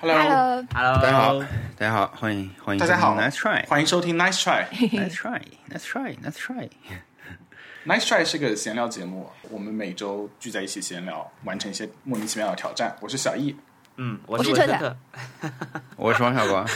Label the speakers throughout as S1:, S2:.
S1: Hello，
S2: Hello，
S3: Hello，
S1: 大家好，大家好，欢迎欢迎
S2: 大家好
S1: ，Let's try，Let's
S2: 欢迎收听 Nice Try。
S1: try，Let's try，Let's try。
S2: Nice Try 是个闲聊节目，我们每周聚在一起闲聊，完成一些莫名其妙的挑战。我是小 E 易，
S3: 嗯，我
S4: 我
S3: 是
S4: 是
S3: 文
S4: 特特
S3: 特，
S1: 我是王小光，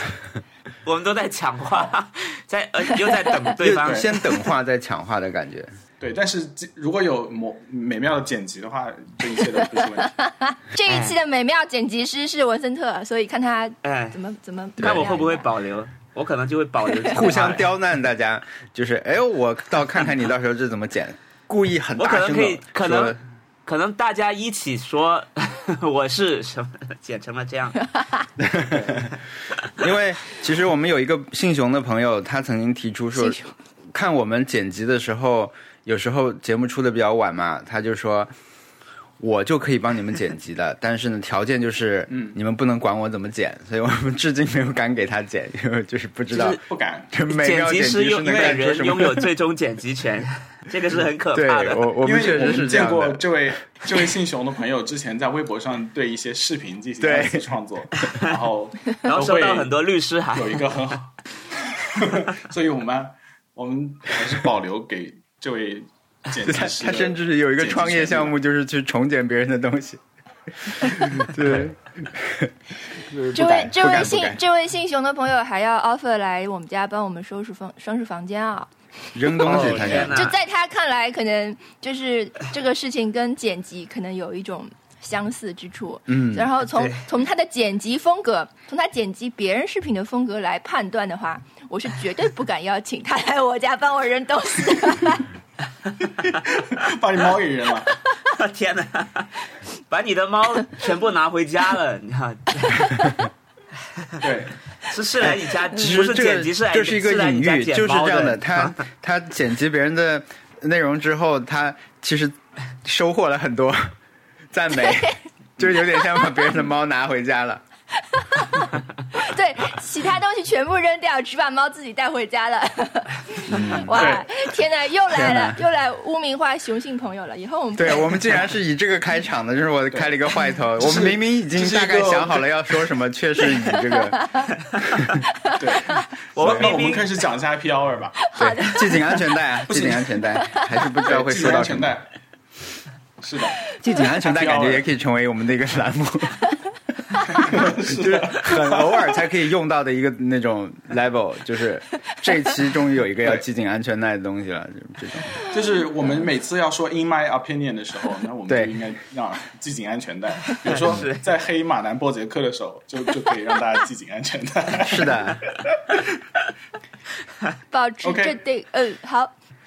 S3: 我们都在抢话，在呃又在等 对方
S1: 又。先等话再抢话的感觉。
S2: 对，但是这如果有某美妙的剪辑的话，这一切都不是问题。
S4: 这一
S1: 哎
S4: 期的美妙剪辑师是文森特，所以看他
S3: 哎
S4: 怎，么怎么。
S3: 看我会不会保留？我可能就会保留抢话。
S1: 互相刁难，大家就是哎，我倒看看你到时候这怎么剪，故意很
S3: 我
S1: 大
S3: 可能
S1: 声
S3: 可以
S1: 的，
S3: 可能 可能大家一起说 我是什么，剪成了这样。
S1: 说， 因为其实我们有一个姓熊的朋友，他曾经提出说
S4: 姓，熊
S1: 看我们剪辑的时候，有时候节目出的比较晚嘛，他就说。我就可以帮你们剪 辑的，但是呢，条件就是，
S2: 嗯
S1: 你们不能管我怎么剪，所以我们至今没有敢给他剪，因为就是不知道
S3: 就是
S2: 不敢，
S1: 这美
S3: 剪
S1: 妙
S3: 辑
S1: 剪
S3: 师
S1: 辑
S3: 永
S1: 能干
S3: 远
S1: 出
S3: 人
S1: 什么。
S3: 拥有最终剪辑 权，这个是很可
S1: 对
S3: 怕 的。
S1: 我，我
S2: 因为
S1: 们确
S2: 我
S1: 实是
S2: 们
S1: 这
S2: 见
S1: 样
S2: 过
S1: 的。
S2: 这位这位姓熊的朋友之前在微博上对一些视频进行
S1: 对
S2: 二次创作，然 后
S3: 然后
S2: 都
S3: 收
S2: 会
S3: 到很多律师函，
S2: 有一个很好， 所以我们我们还是保留给这位剪辑
S1: 他
S2: 师
S1: 他
S2: 的。
S1: 甚至有一个创业项目，就是去重剪别人的东西。 对，就是
S4: 这
S1: 不
S4: 位
S1: 敢
S4: 这
S1: 不
S4: 位
S1: 敢不
S4: 姓
S1: 敢
S4: 这位姓熊的朋友还要 offer 来我们家帮我们收拾房收拾房间啊！
S1: 扔东西，
S3: 哦
S1: 他
S3: 天
S1: 敢
S3: 哪。
S4: 就在他看来，可能就是这个事情跟剪辑可能有一种相似之处。
S1: 嗯
S4: 然后从
S3: 对
S4: 从他的剪辑风格，从他剪辑别人视频的风格来判断的话，我是绝对不敢邀请他来我家帮我扔东西的。
S2: 把你猫给扔了，
S3: 天哪，把你的猫全部拿回家了， 你看。
S2: 对，
S3: 是是来你家，不
S1: 其实
S3: 是
S1: 这
S3: 剪辑，
S1: 个
S3: 是来
S1: 这是一个
S3: 来
S1: 隐
S3: 你家
S1: 喻，
S3: 剪
S1: 就是
S3: 猫
S1: 这样
S3: 的。
S1: 他他剪辑别人的内容之后，他其实收获了很多赞美，就是有点像把别人的猫拿回家了。
S4: 对，其他东西全部扔掉，只把猫自己带回家了。 哇，天哪，又来
S1: 嗯
S4: 了
S1: 天哪，
S4: 又来污名化雄性朋友了。以后我们不
S1: 对我们竟然是以这个开场的，就是我开了一个坏头。我们明明已经大概想好了要说什么，却是以这个
S2: 对，
S3: 我们
S2: 那
S3: 明
S2: 我们
S3: 明
S2: 开始讲一下 P R 吧，
S1: 对系紧安全带 啊，系紧安全带，还是不知道会
S2: 系
S1: 说
S2: 紧
S1: 到
S2: 安
S1: 什
S2: 全
S1: 么。
S2: 带，是的，
S1: 系紧安全带感觉也可以成为我们的一个栏目，就是
S2: 啊
S1: 很偶尔才可以用到的一个那种 level，就是这期终于有一个要系紧安全带的东西了，就是这种。
S2: 就是我们每次要说 in my opinion 的时候，那我们
S1: 对
S2: 就应该让 系紧安全带。比如说在黑马男波杰克的时候，就就可以让大家系紧安全带。
S1: 是的
S4: 保持
S2: OK
S4: 这对，嗯，好，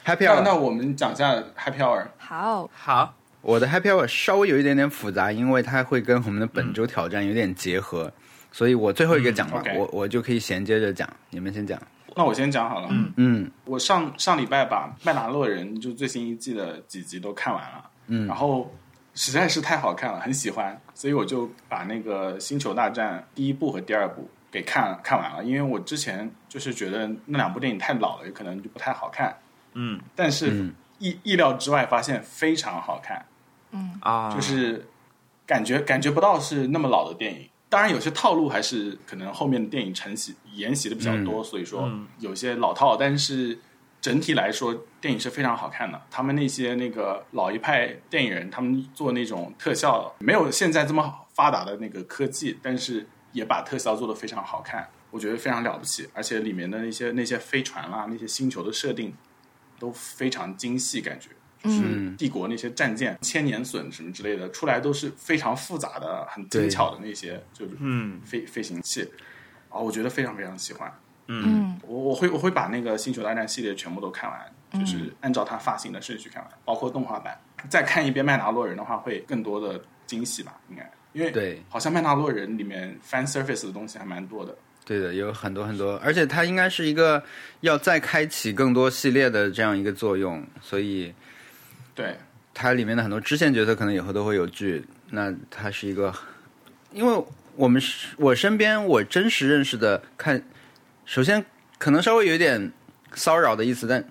S1: ，Happy
S2: 那那
S1: Hour，
S2: 我们讲一下 happy hour。
S4: 好，
S3: 好，
S1: 我的 Happy Hour 稍微有一点点复杂，因为它会跟我们的本周挑战有点结合，所以我最后一个讲吧，
S2: 嗯，OK
S1: 我我就可以衔接着讲，你们先讲。
S2: 那我先讲好了。嗯，
S1: 嗯
S2: 我上上礼拜把《麦达洛人》就最新一季的几集都看完了，
S1: 嗯
S2: 然后实在是太好看了，很喜欢，所以我就把那个《星球大战》第一部和第二部给看看完了。因为我之前就是觉得那两部电影太老了，有可能就不太好看。
S3: 嗯
S2: 但是
S1: 嗯
S2: 意意料之外，发现非常好看，
S3: 啊，
S2: 就是感觉感觉不到是那么老的电影。当然，有些套路还是可能后面的电影承袭沿袭的比较多，所以说
S3: 嗯
S2: 有些老套。但是整体来说，电影是非常好看的。他们那些那个老一派电影人，他们做那种特效，没有现在这么发达的那个科技，但是也把特效做得非常好看，我觉得非常了不起。而且里面的那些那些飞船啦、那些星球的设定都非常精细，感觉。
S4: 嗯，
S2: 帝国那些战舰、千年隼什么之类的，出来都是非常复杂的、很精巧的那些，就是
S3: 嗯
S2: 飞飞行器啊、我觉得非常非常喜欢。
S3: 嗯，
S2: 我我会我会把那个《星球大战》系列全部都看完，就是按照它发行的顺序看完，包括动画版。再看一遍《麦达洛人》的话，会更多的惊喜吧，应该。因为
S1: 对
S2: 好像《麦达洛人》里面 fan surface 的东西还蛮多的，
S1: 对的，有很多很多，而且它应该是一个要再开启更多系列的这样一个作用，所以
S2: 对，
S1: 它里面的很多支线角色可能以后都会有剧。那它是一个，因为我们是我身边我真实认识的看，首先可能稍微有点骚扰的意思，但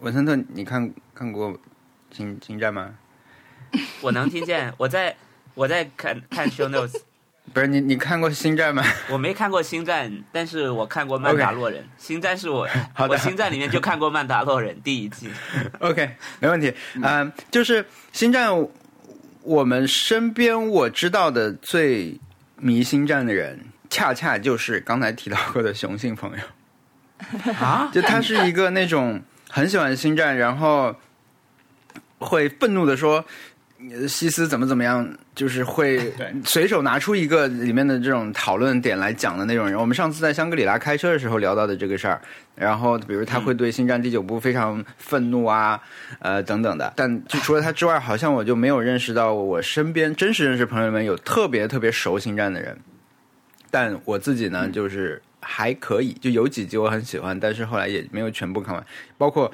S1: 文森特，你看看过《星星战》吗？
S3: 我能听见，我在我在看看 show notes，
S1: 不是你你看过《星战》吗？
S3: 我没看过《星战》，但是我看过《曼达洛 人》。星战》是我，
S1: 好的
S3: 我《星战》里面就看过《曼达洛人》第一 季。
S1: OK，没问题。嗯、就是《星战》，我们身边我知道的最迷《星战》的人，恰恰就是刚才提到过的雄性朋友。
S3: 啊，
S1: 就他是一个那种很喜欢《星战》，然后会愤怒的说。呃西斯怎么怎么样，就是会
S2: 对
S1: 随手拿出一个里面的这种讨论点来讲的那种人。我们上次在香格里拉开车的时候聊到的这个事儿，然后比如他会对《星战》第九部非常愤怒啊，呃等等的。但就除了他之外，好像我就没有认识到我身边真实认识朋友里面有特别特别熟《星战》的人。但我自己呢，就是还可以，就有几集我很喜欢，但是后来也没有全部看完，包括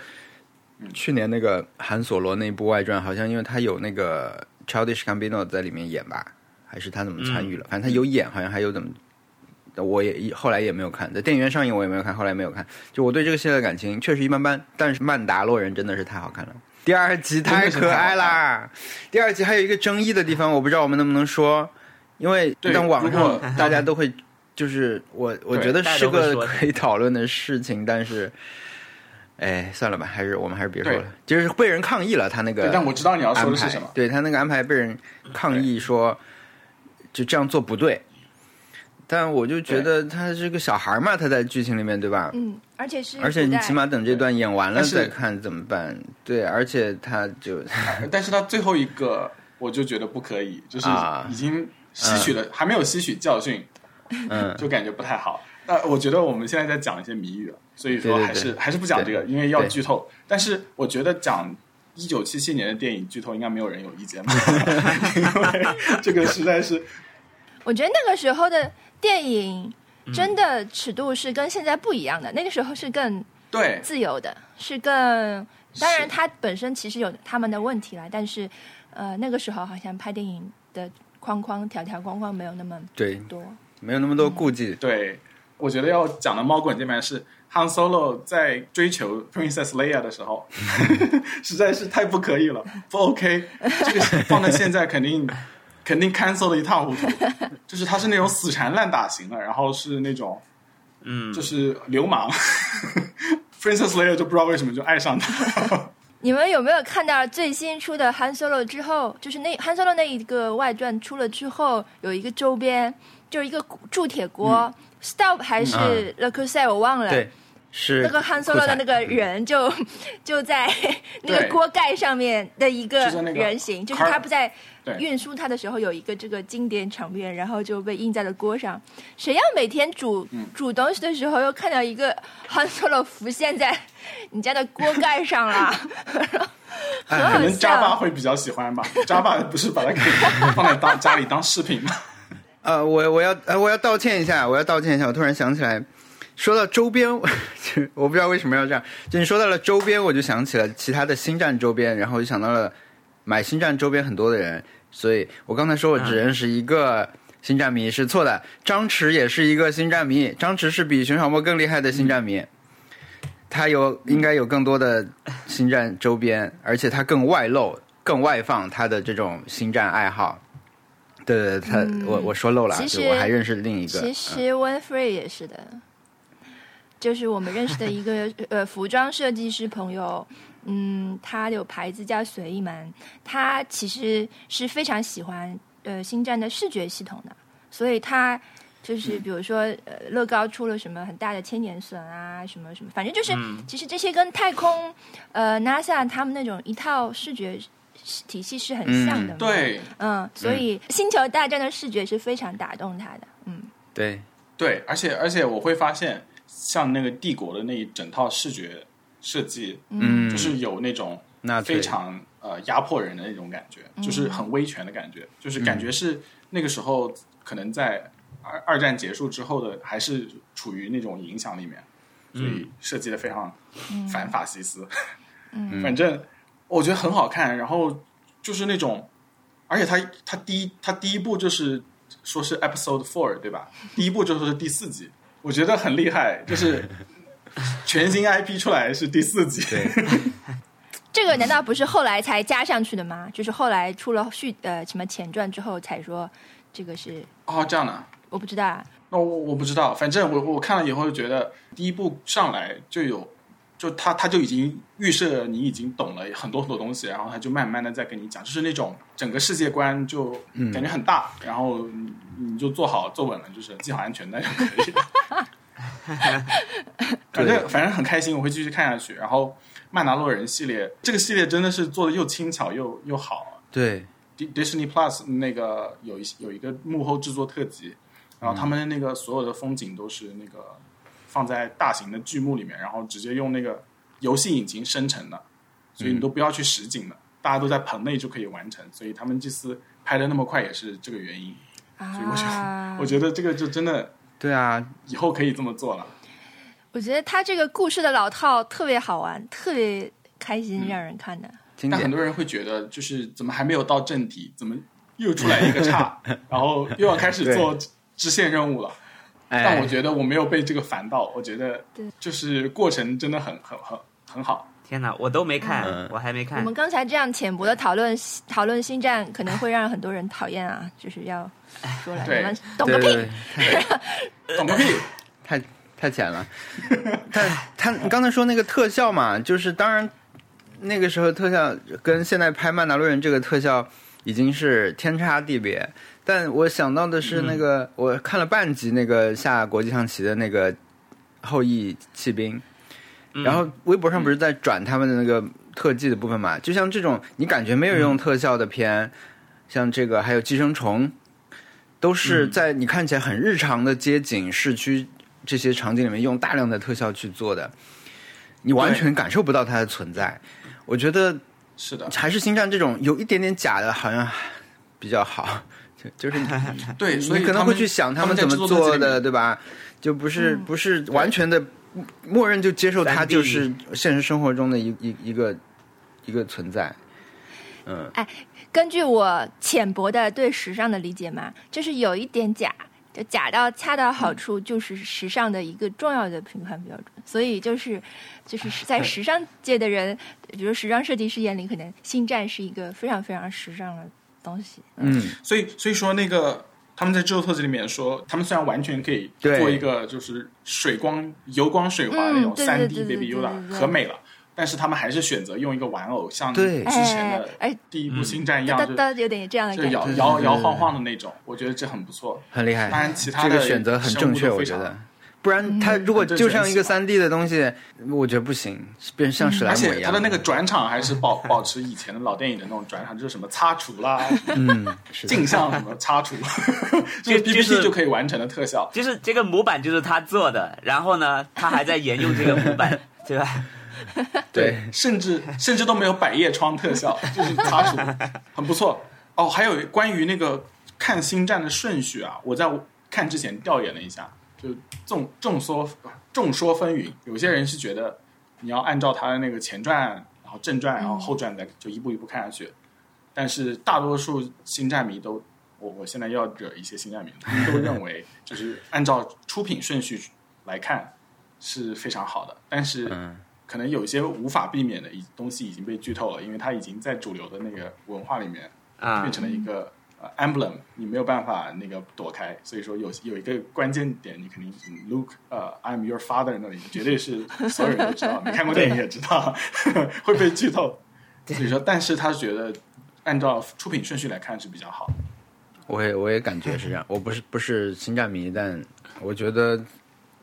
S1: 去年那个韩索罗那部外传，好像因为他有那个 Childish Gambino 在里面演吧，还是他怎么参与了？反正他有演，好像还有怎么，我也后来也没有看，在电影院上映我也没有看，后来没有看。就我对这个系列的感情确实一般般，但是《曼达洛人》真的是太好看了。第二集太可爱啦！第二集还有一个争议的地方，我不知道我们能不能说，因为
S2: 对
S1: 但网
S2: 如果
S1: 上大家都会，就是我我
S2: 对
S1: 觉得
S3: 大家
S1: 是
S3: 都会
S1: 个
S3: 说的
S1: 可以讨论的事情，但是，哎，算了吧，还是我们还是别说
S2: 对
S1: 了，就是被人抗议了，他那个
S2: 对，但我知道你要
S1: 安
S2: 说
S1: 排，
S2: 的是什么。
S1: 对他那个安排被人抗议说，就这样做不对。但我就觉得他是个小孩嘛，他在剧情里面对吧？
S4: 嗯，而且是
S1: 而且你
S4: 古代
S1: 起码等这段演完了
S2: 但是
S1: 再看怎么办？对，而且他就
S2: 但是他最后一个，我就觉得不可以，就是
S1: 啊
S2: 已经吸取了，还没有吸取教训，
S1: 嗯，
S2: 就感觉不太好。那我觉得我们现在在讲一些谜语了，所以说
S1: 对对
S2: 还
S1: 对
S2: 是还是不讲这个，因为要
S1: 对
S2: 剧透。但是我觉得讲一九七七年的电影剧透，应该没有人有意 见吧？因为这个实在是
S4: 我觉得那个时候的电影真的尺度是跟现在不一样的，那个时候是更
S2: 对
S4: 自由的，是更当然
S2: 是
S4: 它本身其实有他们的问题啦，但是呃那个时候好像拍电影的框框条条框框没有那么
S1: 对，
S4: 多，
S1: 没有那么多顾忌。
S2: 对，我觉得要讲的猫滚这边是 Han Solo 在追求 Princess Leia 的时候，实在是太不可以了，不 OK。这个放在现在肯定肯定 cancel 的一塌糊涂，就是他是那种死缠烂打型的，然后是那种
S3: 嗯
S2: 就，是流氓。Princess Leia 就不知道为什么就爱上他，
S4: 你们有没有看到最新出的《Han Solo》之后，就是那《Han Solo》那一个外传出了之后，有一个周边，就是一个铸铁锅、s t o p 还是 Le c r u s e 我忘了。
S1: 对，是
S4: 那个 Han Solo 的那个人就就在那个
S2: 嗯对
S4: 锅盖上面的一个
S2: 就在那个
S4: 人形，就是
S2: 坎儿
S4: 他不在
S2: 对
S4: 运输他的时候有一个这个经典场面，然后就被印在了锅上。谁要每天煮、
S2: 嗯
S4: 煮东西的时候又看到一 个 Han Solo 浮现在你家的锅盖上 了，很
S2: 哎可
S4: 好
S2: 能 Java
S4: 笑。
S2: 会比较喜欢吧。Java 不是把它给放在当家里当饰品吗？
S1: 呃，我我要呃我要道歉一下，我要道歉一下，我突然想起来，说到周边， 我就我不知道为什么要这样，就你说到了周边，我就想起了其他的星战周边，然后我就想到了买星战周边很多的人，所以我刚才说我只认识一个星战迷是错的，张弛也是一个星战迷，张弛是比熊小莫更厉害的星战迷。他有应该有更多的星战周边，而且他更外露、更外放他的这种星战爱好。对对，对他、我我说漏了啊，
S4: 嗯其
S1: 就
S4: 实
S1: 我还认识另一个。嗯
S4: 其实 One Free 也是的，就是我们认识的一个呃服装设计师朋友，嗯，他有牌子叫随意门，他其实是非常喜欢呃星战的视觉系统的，所以他就是比如说呃乐高出了什么很大的千年隼啊，什么什么，反正就是、其实这些跟太空呃 NASA 他们那种一套视觉体系是很像的嘛，
S2: 对，
S4: 嗯，所以《星球大战》的视觉是非常打动他的。嗯，
S1: 对，
S2: 对，而且而且我会发现，像那个帝国的那一整套视觉设计，
S1: 嗯，
S2: 就是有那种
S1: 那对
S2: 非常呃压迫人的那种感觉，就是很威权的感觉，就是感觉是那个时候可能在二二战结束之后的，还是处于那种影响里面，所以设计的非常反法西斯。 嗯，反正我觉得很好看，然后就是那种，而且他他第一他第一部就是说是 Episode Four 对吧？第一部就是第四集，我觉得很厉害，就是全新 IP 出来是第四集。
S1: 对
S4: 这个难道不是后来才加上去的吗？就是后来出了续呃什么前传之后才说，这个是
S2: 哦，这样的。
S4: 我不知道啊。
S2: 那我我不知道，反正我我看了以后就觉得，第一部上来就有，就他他就已经预设你已经懂了很多很多东西，然后他就慢慢的在跟你讲，就是那种整个世界观就感觉很大，然后你你就坐好坐稳了，就是系好安全带就可以了。反正反正很开心，我会继续看下去。然后《曼达洛人》系列，这个系列真的是做的又轻巧又又好，啊
S1: 对，
S2: Di- Disney Plus 那个有一有一个幕后制作特辑，然后他们那个所有的风景都是那个放在大型的剧目里面，然后直接用那个游戏引擎生成的，所以你都不要去实景了，大家都在棚内就可以完成，所以他们这次拍的那么快也是这个原因。所以我想
S4: 啊，
S2: 我觉得这个就真的
S1: 对啊，
S2: 以后可以这么做了。
S4: 我觉得他这个故事的老套特别好玩，特别开心，让人看的。
S1: 经
S2: 但很
S1: 典。
S2: 多人会觉得，就是怎么还没有到正题，怎么又出来一个 岔，然后又要开始做支线任务了。但我
S1: 哎，
S2: 觉得我没有被这个烦到，我觉得
S4: 对
S2: 就是过程真的很很很很好。
S3: 天哪，我都没看，
S1: 嗯
S3: 我还没
S4: 我
S3: 看
S4: 们。刚才这样浅薄的讨论讨论星战，可能会让很多人讨厌啊，就是要说了，
S2: 对
S4: 你们懂
S1: 对
S4: 个
S1: 对
S4: 屁
S1: 对，呃
S2: 懂 个屁！
S1: 太太浅了。但他你刚才说那个特效嘛，就是当然那个时候特效跟现在拍《曼达洛人》这个特效已经是天差地别。但我想到的是那个，我看了半集那个下国际象棋的那个后裔骑兵，
S3: 嗯
S1: 然后微博上不是在转他们的那个特技的部分嘛？就像这种你感觉没有用特效的片，像这个还有《寄生虫》，都是在你看起来很日常的街景、市区这些场景里面用大量的特效去做的，你完全感受不到它的存在。我觉得
S2: 是的，
S1: 还是《星战》这种有一点点假的，好像比较好。就就是你
S2: 对，所以
S1: 你可能
S2: 他们
S1: 会去想
S2: 他
S1: 们
S2: 在
S1: 怎么
S2: 制作
S1: 做
S2: 自己
S1: 的，对吧？就不是、
S2: 嗯
S1: 不是完全的默认就接受它
S3: 3D
S1: 就是现实生活中的一一一个一个存在。嗯，
S4: 根据我浅薄的对时尚的理解嘛，就是有一点假，就假到恰到好
S2: 嗯
S4: 处，就是时尚的一个重要的评判标准。所以就是，就是
S2: 哎
S4: 在时尚界的人，比如时尚设计师眼里，可能星战是一个非常非常时尚的东西。
S1: 嗯，
S2: 所以所以说那个他们在制作特辑里面说，他们虽然完全可以
S1: 对
S2: 做一个就是水光油光水滑那种
S4: 嗯对
S2: 三
S4: 对
S2: D
S4: 对对
S2: Baby
S4: 对对对
S2: Yoda
S4: 对
S2: 可美了，但是他们还是选择用一个玩偶，像
S1: 对
S2: 之前的
S4: 哎哎
S2: 第一部
S3: 嗯
S2: 星战一样，
S4: 哒
S2: 就
S4: 哒，有点这样的
S2: 就
S4: 感
S2: 摇
S4: 觉。
S1: 对对
S2: 摇
S1: 对
S2: 摇
S1: 对
S2: 晃
S1: 对
S2: 晃的那种，我觉得这很不错。
S1: 很厉害。
S2: 当然其他
S1: 这个
S2: 的
S1: 选择很
S2: 生物
S1: 正确，
S2: 都非
S1: 我觉
S2: 常嗯
S1: 得。不然，它如果就像一个三 D 的东西，我觉得不行，变成像史莱
S2: 而
S1: 姆
S2: 且
S1: 一
S2: 它
S1: 样。
S2: 的那个转场还是保 保持以前的老电影的那种转场，就是什么擦除啦、
S1: 嗯，是的
S2: 镜像什么擦除， 就
S3: 就是就是
S2: PPT 就可以完成的特效。
S3: 就是这个模板就是他做的，然后呢，他还在沿用这个模 板，对吧？
S1: 对，
S2: 甚至甚至都没有百叶窗特效，就是擦除，很不错。哦，还有关于那个看星战的顺序啊，我在看之前调研了一下，就众众说众说纷纭，有些人是觉得你要按照他的那个前传，然后正传，然后后传再就一步一步看下去。但是大多数星战迷都，我我现在要惹一些星战迷，他们都认为就是按照出品顺序来看是非常好的，但是
S1: 嗯
S2: 可能有一些无法避免的一东西已经被剧透了，因为它已经在主流的那个文化里面
S3: 啊
S2: 变，成了一个、呃 emblem，你没有办法那个躲开。所以说有有一个关键点，你肯定是 Luke，呃，I'm your father 那里绝对是所有人都知道，没看过电影也知道会被剧透。所以说，但是他觉得按照出品顺序来看是比较好的。
S1: 我也我也感觉是这样。我不是不是星战迷，但我觉得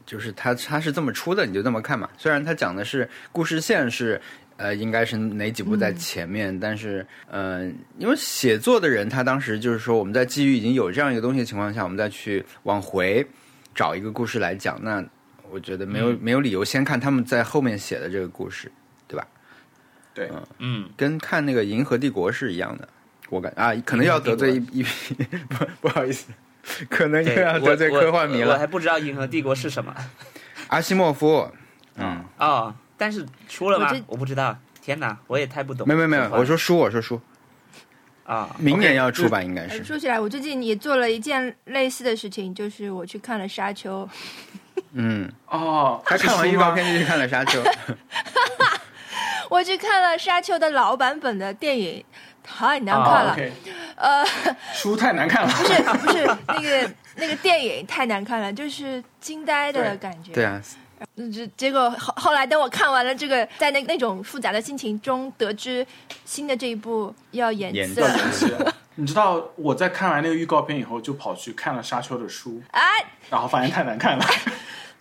S1: 就是它它是这么出的，你就这么看嘛。虽然它讲的是故事线是呃应该是哪几部在前面，但是呃因为写作的人他当时就是说我们在基于已经有这样一个东西的情况下，我们再去往回找一个故事来讲，那我觉得没有、没有理由先看他们在后面写的这个故事，
S2: 对，
S3: 嗯，
S1: 跟看那个《银河帝国》是一样的。我感啊，可能要得罪一一 批，不不好意思，可能 又
S3: 对，
S1: 要
S3: 我
S1: 得罪
S3: 我
S1: 科幻迷
S3: 我还
S1: 了。
S3: 不知道《银河帝国》是什么
S1: 阿西莫夫，嗯，
S3: 哦，但是出了吗
S4: 我这？
S3: 我不知道。天哪，我也太不懂。
S1: 没有没有没有
S3: 科，幻
S1: 我说书，我说书，
S3: 啊，
S1: 明年要出版应该
S4: 哎
S1: 是。
S4: 说起来，我最近也做了一件类似的事情，就是我去看了《沙丘》。
S1: 嗯，
S2: 哦，
S1: 他看完
S2: 是
S1: 预
S2: 书吗
S1: 告片就去看了《沙丘》，
S4: 我去看了《沙丘》的老版本的电影，好难看
S2: 哦
S4: 了。
S2: OK，
S4: 呃，
S2: 书太难看了，
S4: 不是啊不是那个那个电影太难看了，就是惊呆的
S2: 对
S4: 感觉。
S1: 对啊，
S4: 嗯这结果后后来等我看完了这个，在那那种复杂的心情中，得知新的这一部要演
S1: 演
S4: 色
S1: 色
S2: 是你知道我在看完那个预告片以后，就跑去看了沙丘的书，
S4: 啊，
S2: 然后发现太难看了，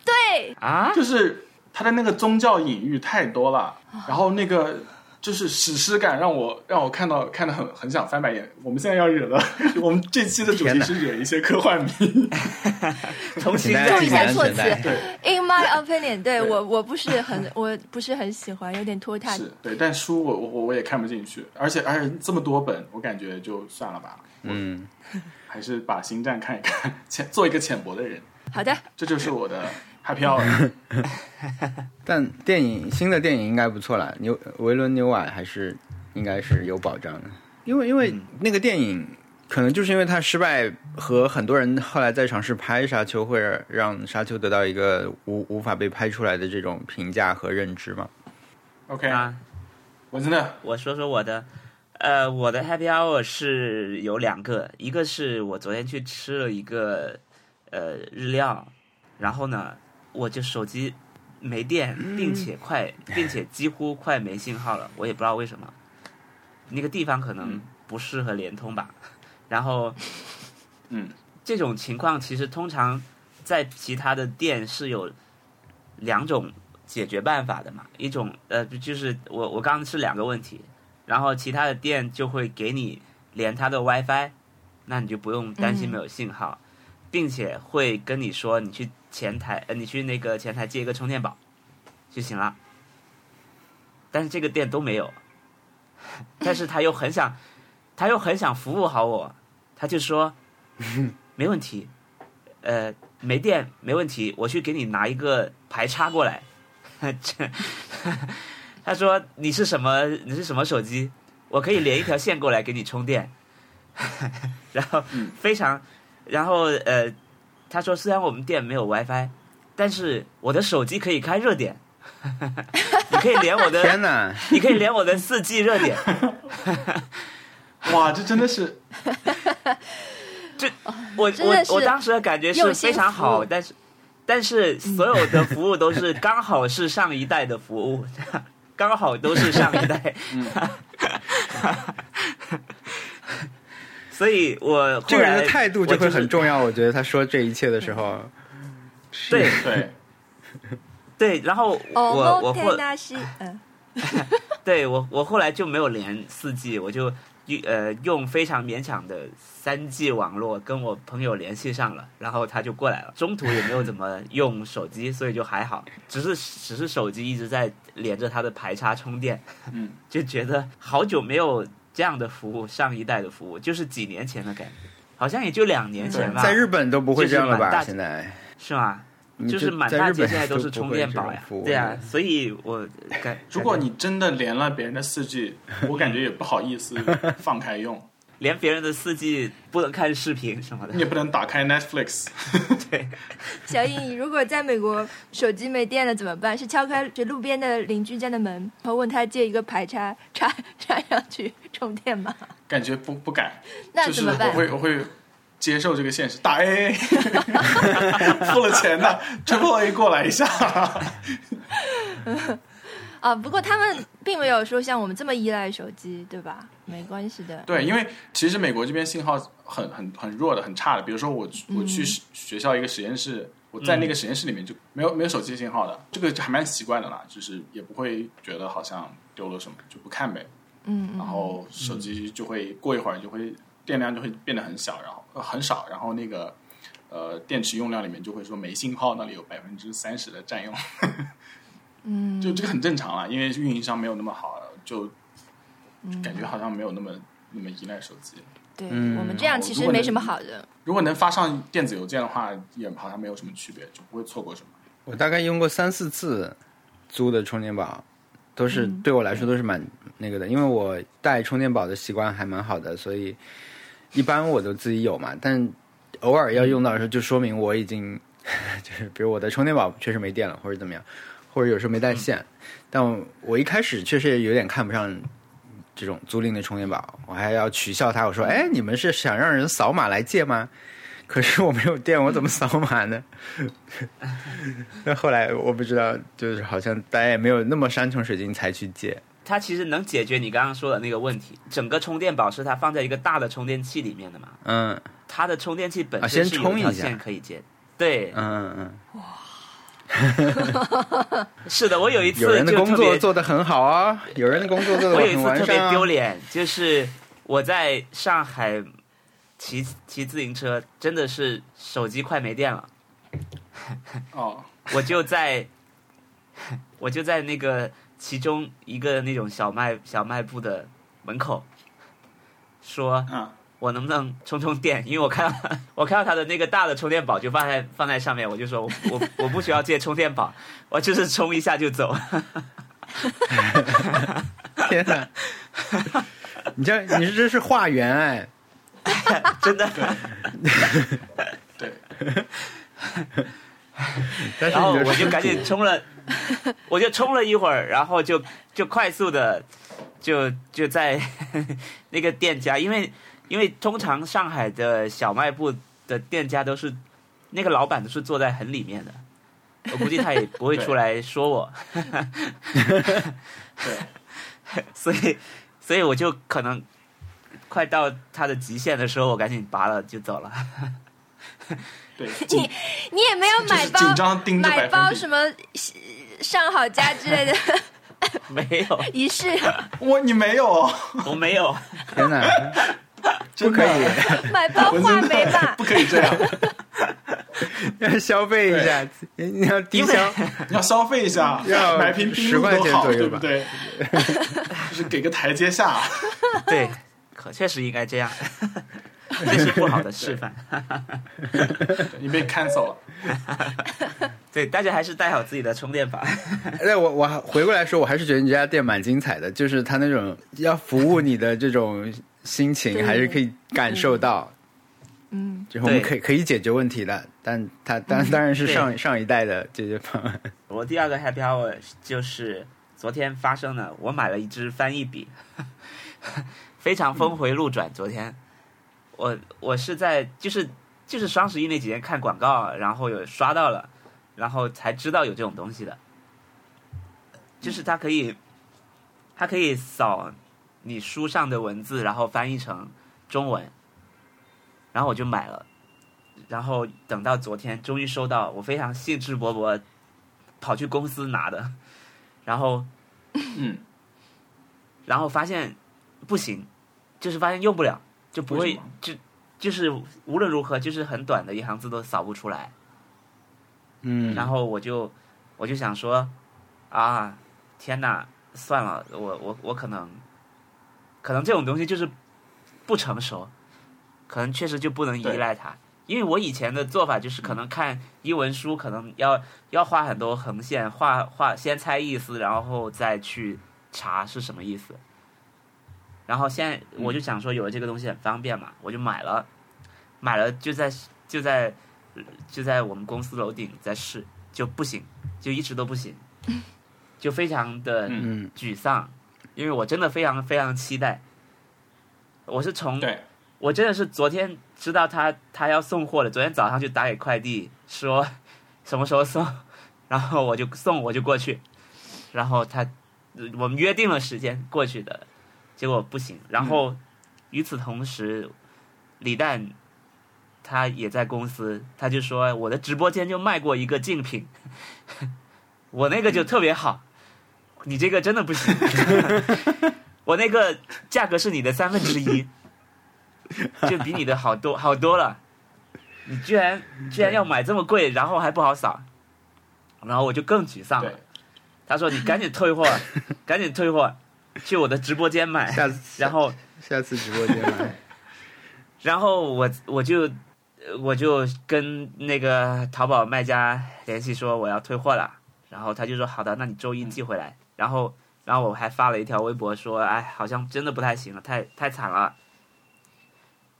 S4: 对，
S3: 啊，
S2: 就是它的那个宗教隐喻太多了，然后那个就是史诗感让我让我看到看得很很想翻白眼。我们现在要惹的，我们这期的主
S1: 天
S2: 题
S1: 哪
S2: 是惹一些科幻迷，
S3: 重
S1: 请
S3: 新
S1: 大
S4: 注
S1: 家
S4: 意
S1: 系
S4: 一下
S1: 安
S4: 措
S1: 全带
S4: 辞。In my opinion，对
S2: 对
S4: 我我不是很我不是很喜欢，有点拖沓。
S2: 是对，但书我我我我也看不进去，而且而且这么多本，我感觉就算了吧，
S1: 嗯，
S2: 还是把《星战》看一看，浅做一个浅薄的人，
S4: 好的，
S2: 这就是我的 happy hour。
S1: 但电影新的电影应该不错啦，牛维伦纽瓦还是应该是有保障的，因为因为那个电影可能就是因为它失败和很多人后来在尝试拍《沙丘》，会让《沙丘》得到一个无无法被拍出来的这种评价和认知 嘛。
S2: OK，
S3: 啊，
S2: 文森特，
S3: 我说说我的，呃，我的 Happy Hour 是有两个，一个是我昨天去吃了一个呃日料，然后呢，我就手机没电，并且快，并且几乎快没信号了，我也不知道为什么，那个地方可能不适合联通吧， 然后，
S2: 嗯，
S3: 这种情况其实通常在其他的店是有两种解决办法的嘛，一种呃就是我我刚刚是两个问题，然后其他的店就会给你连它的 WiFi，那你就不用担心
S4: 嗯
S3: 没有信号，并且会跟你说你去前台呃你去那个前台借一个充电宝就行了，但是这个店都没有， 但是他又很想他又很想服务好我，他就说没问题，呃没电没问题，我去给你拿一个排插过来。 这，他说你是什么？你是什么手机？我可以连一条线过来给你充电。 然后
S1: 嗯
S3: 非常，然后呃，他说虽然我们店没有 WiFi，但是我的手机可以开热点， 你可以连我的，
S1: 天哪，
S3: 你可以连我的四 G 热点。
S2: 哇，这真的是
S3: 我
S4: 真的是
S3: 我我当时的感觉是非常
S4: 用心服
S3: 好，
S4: 务嗯
S3: 但是但是所有的服务都是刚好是上一代的服务， 刚好都是上一代，
S4: 嗯
S3: 所以我
S1: 这
S3: 后
S1: 个人的
S3: 来
S1: 态度就嗯会很
S3: 我
S1: 重要。我觉得他说这一切的时候，
S3: 是对
S2: 对，
S3: 对，然后我
S4: 哦，莫
S3: 我后
S4: 天纳西，嗯，
S3: 对我我后来就没有连四 G，我就呃用非常勉强的三 G 网络跟我朋友联系上了，然后他就过来了。中途也没有怎么用手机，所以就还好，只是只是手机一直在连着它的排插充电，
S2: 嗯，
S3: 就觉得好久没有这样的服务，上一代的服务就是几年前的感觉，好像也就两年前吧，
S1: 在日本都不会这样了
S3: 就是满
S1: 吧？
S3: 大
S1: 现在
S3: 是吗？
S1: 你
S3: 就
S1: 就是
S3: 满
S1: 在
S3: 大
S1: 日
S3: 街
S1: 本
S3: 现在都是
S1: 不
S3: 充
S1: 会
S3: 电
S1: 这
S3: 宝
S1: 种
S3: 呀
S1: 服，务
S3: 对啊
S1: 的，
S3: 所以我感
S2: 如果你真的连了别人的四 G，我感觉也不好意思放开用，
S3: 连别人的四 G 不能看视频什么的
S2: 你，也不能打开 Netflix。
S4: 小颖，如果在美国手机没电了怎么办？是敲开这路边的邻居家的门，然后问他借一个排插插插上去充电吗？
S2: 感觉不不敢，
S4: 那
S2: 就是
S4: 怎么
S2: 我
S4: 办？
S2: 会我会接受这个现实，打 AA，付了钱的 Triple A 过来一下，
S4: 啊，不过他们并没有说像我们这么依赖手机，对吧？没关系的。
S2: 对，因为其实美国这边信号很很很弱的，很差的。比如说我
S4: 嗯
S2: 去我去实学校一个实验室，我在那个实验室里面就没有没有手机信号的，这个就还蛮习惯的啦，就是也不会觉得好像丢了什么，就不看呗。
S4: 嗯
S2: 然
S4: 嗯，
S2: 后手机就会过一会儿就会电量就会变得很小，然后、呃很少，然后那个呃电池用量里面就会说没信号那里有百分之三十的占用，嗯， 就这个很正常啦，因为运营商没有那么好，就
S4: 嗯
S2: 感觉好像没有那么那么依赖手机。
S4: 对
S1: 嗯
S4: 我们这样其实没什么好的。
S2: 如果能发上电子邮件的话，也好像没有什么区别，就不会错过什么。
S1: 我大概用过三四次租的充电宝，都是、对我来说都是蛮那个的，因为我带充电宝的习惯还蛮好的，所以一般我都自己有嘛。但偶尔要用到的时候，就说明我已经 就是，比如我的充电宝确实没电了，或者怎么样，或者有时候没带线。但我一开始确实也有点看不上这种租赁的充电宝，我还要取笑他，我说：“哎，你们是想让人扫码来借吗？”可是我没有电，我怎么扫码呢？ 那后来我不知道，就是好像大家也没有那么山穷水尽才去借。
S3: 它其实能解决你刚刚说的那个问题。整个充电宝是它放在一个大的充电器里面的嘛，
S1: 嗯
S3: 它的充电器本
S1: 啊
S3: 身
S1: 先
S3: 是有
S1: 充一
S3: 条
S1: 下
S3: 线可以接。对，
S1: 嗯嗯，
S3: 是的，我有一次
S1: 有人的
S3: 就
S1: 工
S3: 特
S1: 作
S3: 别
S1: 做得很好啊，有人的工作做得
S3: 我有一
S1: 很
S3: 次
S1: 完
S3: 特别
S1: 善、啊
S3: 丢。脸，就是我在上海骑骑自行车，真的是手机快没电了，
S2: 哦，
S3: 我就在 我就在那个其中一个那种小卖小卖部的门口说。
S2: 嗯，
S3: 我能不能充充电？因为我看到 我看到他的那个大的充电宝就放在放在上面，我就说我 我我不需要借充电宝，我就是充一下就走。
S1: 天哪！你这你这是化缘哎，
S3: 真的，
S2: 对，
S1: 但是
S3: 然后
S1: 你的
S3: 我
S1: 身
S3: 就
S1: 体
S3: 赶紧冲了，我就冲了一会儿，然后就就快速的就就在 那个店家，因为因为通常上海的小卖部的店家都是那个老板都是坐在很里面的，我估计他也不会
S2: 对
S3: 出来说我，
S2: 对，
S3: 所以所以我就可能快到他的极限的时候，我赶紧拔了就走了。
S2: 对，
S4: 你你也没有买包
S2: 就是紧张盯着
S4: 买
S2: 百
S4: 包
S2: 分比
S4: 什么上好佳之类的
S3: 没有，
S4: 仪式，
S2: 我你没有，哦
S3: 我没有，
S1: 天哪，不
S2: 真的
S1: 可以。
S4: 买包
S2: 我
S4: 话
S2: 真
S4: 梅
S2: 的
S4: 吧
S2: 不。可以这样，
S1: 要消费一下，你要低
S3: 因为
S1: 消。
S2: 你要消费一下，
S1: 要
S2: 买瓶冰
S1: 10
S2: 露
S1: 块
S2: 多
S1: 钱
S2: 好，
S1: 左右
S2: 对不
S1: 吧
S2: 对？就是给个台阶下，
S3: 对，可确实应该这样， 这是不好的示范。
S2: 对你被 cancel 了。
S3: 对，大家还是带好自己的充电宝。
S1: 那我我还回过来说，我还是觉得你这家店蛮精彩的，就是他那种要服务你的这种心情，
S4: 对
S1: 还是可以感受到，
S4: 嗯，
S1: 就是我们
S3: 对
S1: 可以可以解决问题的。但 他当当然是上上一代的解决方案。
S3: 我第二个 happy hour 就是昨天发生的，我买了一支翻译笔， 非常峰回路转。昨天我我是在就是就是双十一那几天看广告，然后有刷到了，然后才知道有这种东西的，就是它可
S2: 嗯
S3: 以它可以扫你书上的文字，然后翻译成中文，然后我就买了。然后等到昨天，终于收到，我非常兴致勃勃跑去公司拿的，然后
S2: 嗯，
S3: 然后发现不行，就是发现用不了，就不
S2: 为
S3: 会
S2: 什么
S3: 就就是无论如何就是很短的一行字都扫不出来。
S1: 嗯，
S3: 然后我就我就想说，啊，天哪，算了，我我我可能可能这种东西就是不成熟，可能确实就不能依
S2: 对
S3: 赖它。因为我以前的做法就是，可能看英文书，可能要要画很多横线，画画先猜意思，然后再去查是什么意思。然后现在我就想说，有了这个东西很方便嘛，我就买了，买了就在就在就在我们公司楼顶在试，就不行，就一直都不行， 就非常的
S2: 嗯
S1: 嗯，
S3: 沮丧，因为我真的非常非常期待。我是从
S2: 对，
S3: 我真的是昨天知道他他要送货了，昨天早上就打给快递说什么时候送，然后我就送我就过去，然后他我们约定了时间过去的，结果不行。然后与此同时，李诞他也在公司，他就说我的直播间就卖过一个竞品， 我那个就特别好，你这个真的不行， 我那个价格是你的三分之一。就比你的好多好多了。你居然居然要买这么贵，然后还不好扫，然后我就更沮丧了
S2: 对。
S3: 他说：“你赶紧退货，赶紧退货，去我的直播间买。
S1: 下” 次
S3: 然后，
S1: 下次直播间 来，
S3: 然后我我就呃我就跟那个淘宝卖家联系说我要退货了，然后他就说：“好的，那你周一寄回来。”然后，然后我还发了一条微博说：“哎，好像真的不太行了，太太惨了。”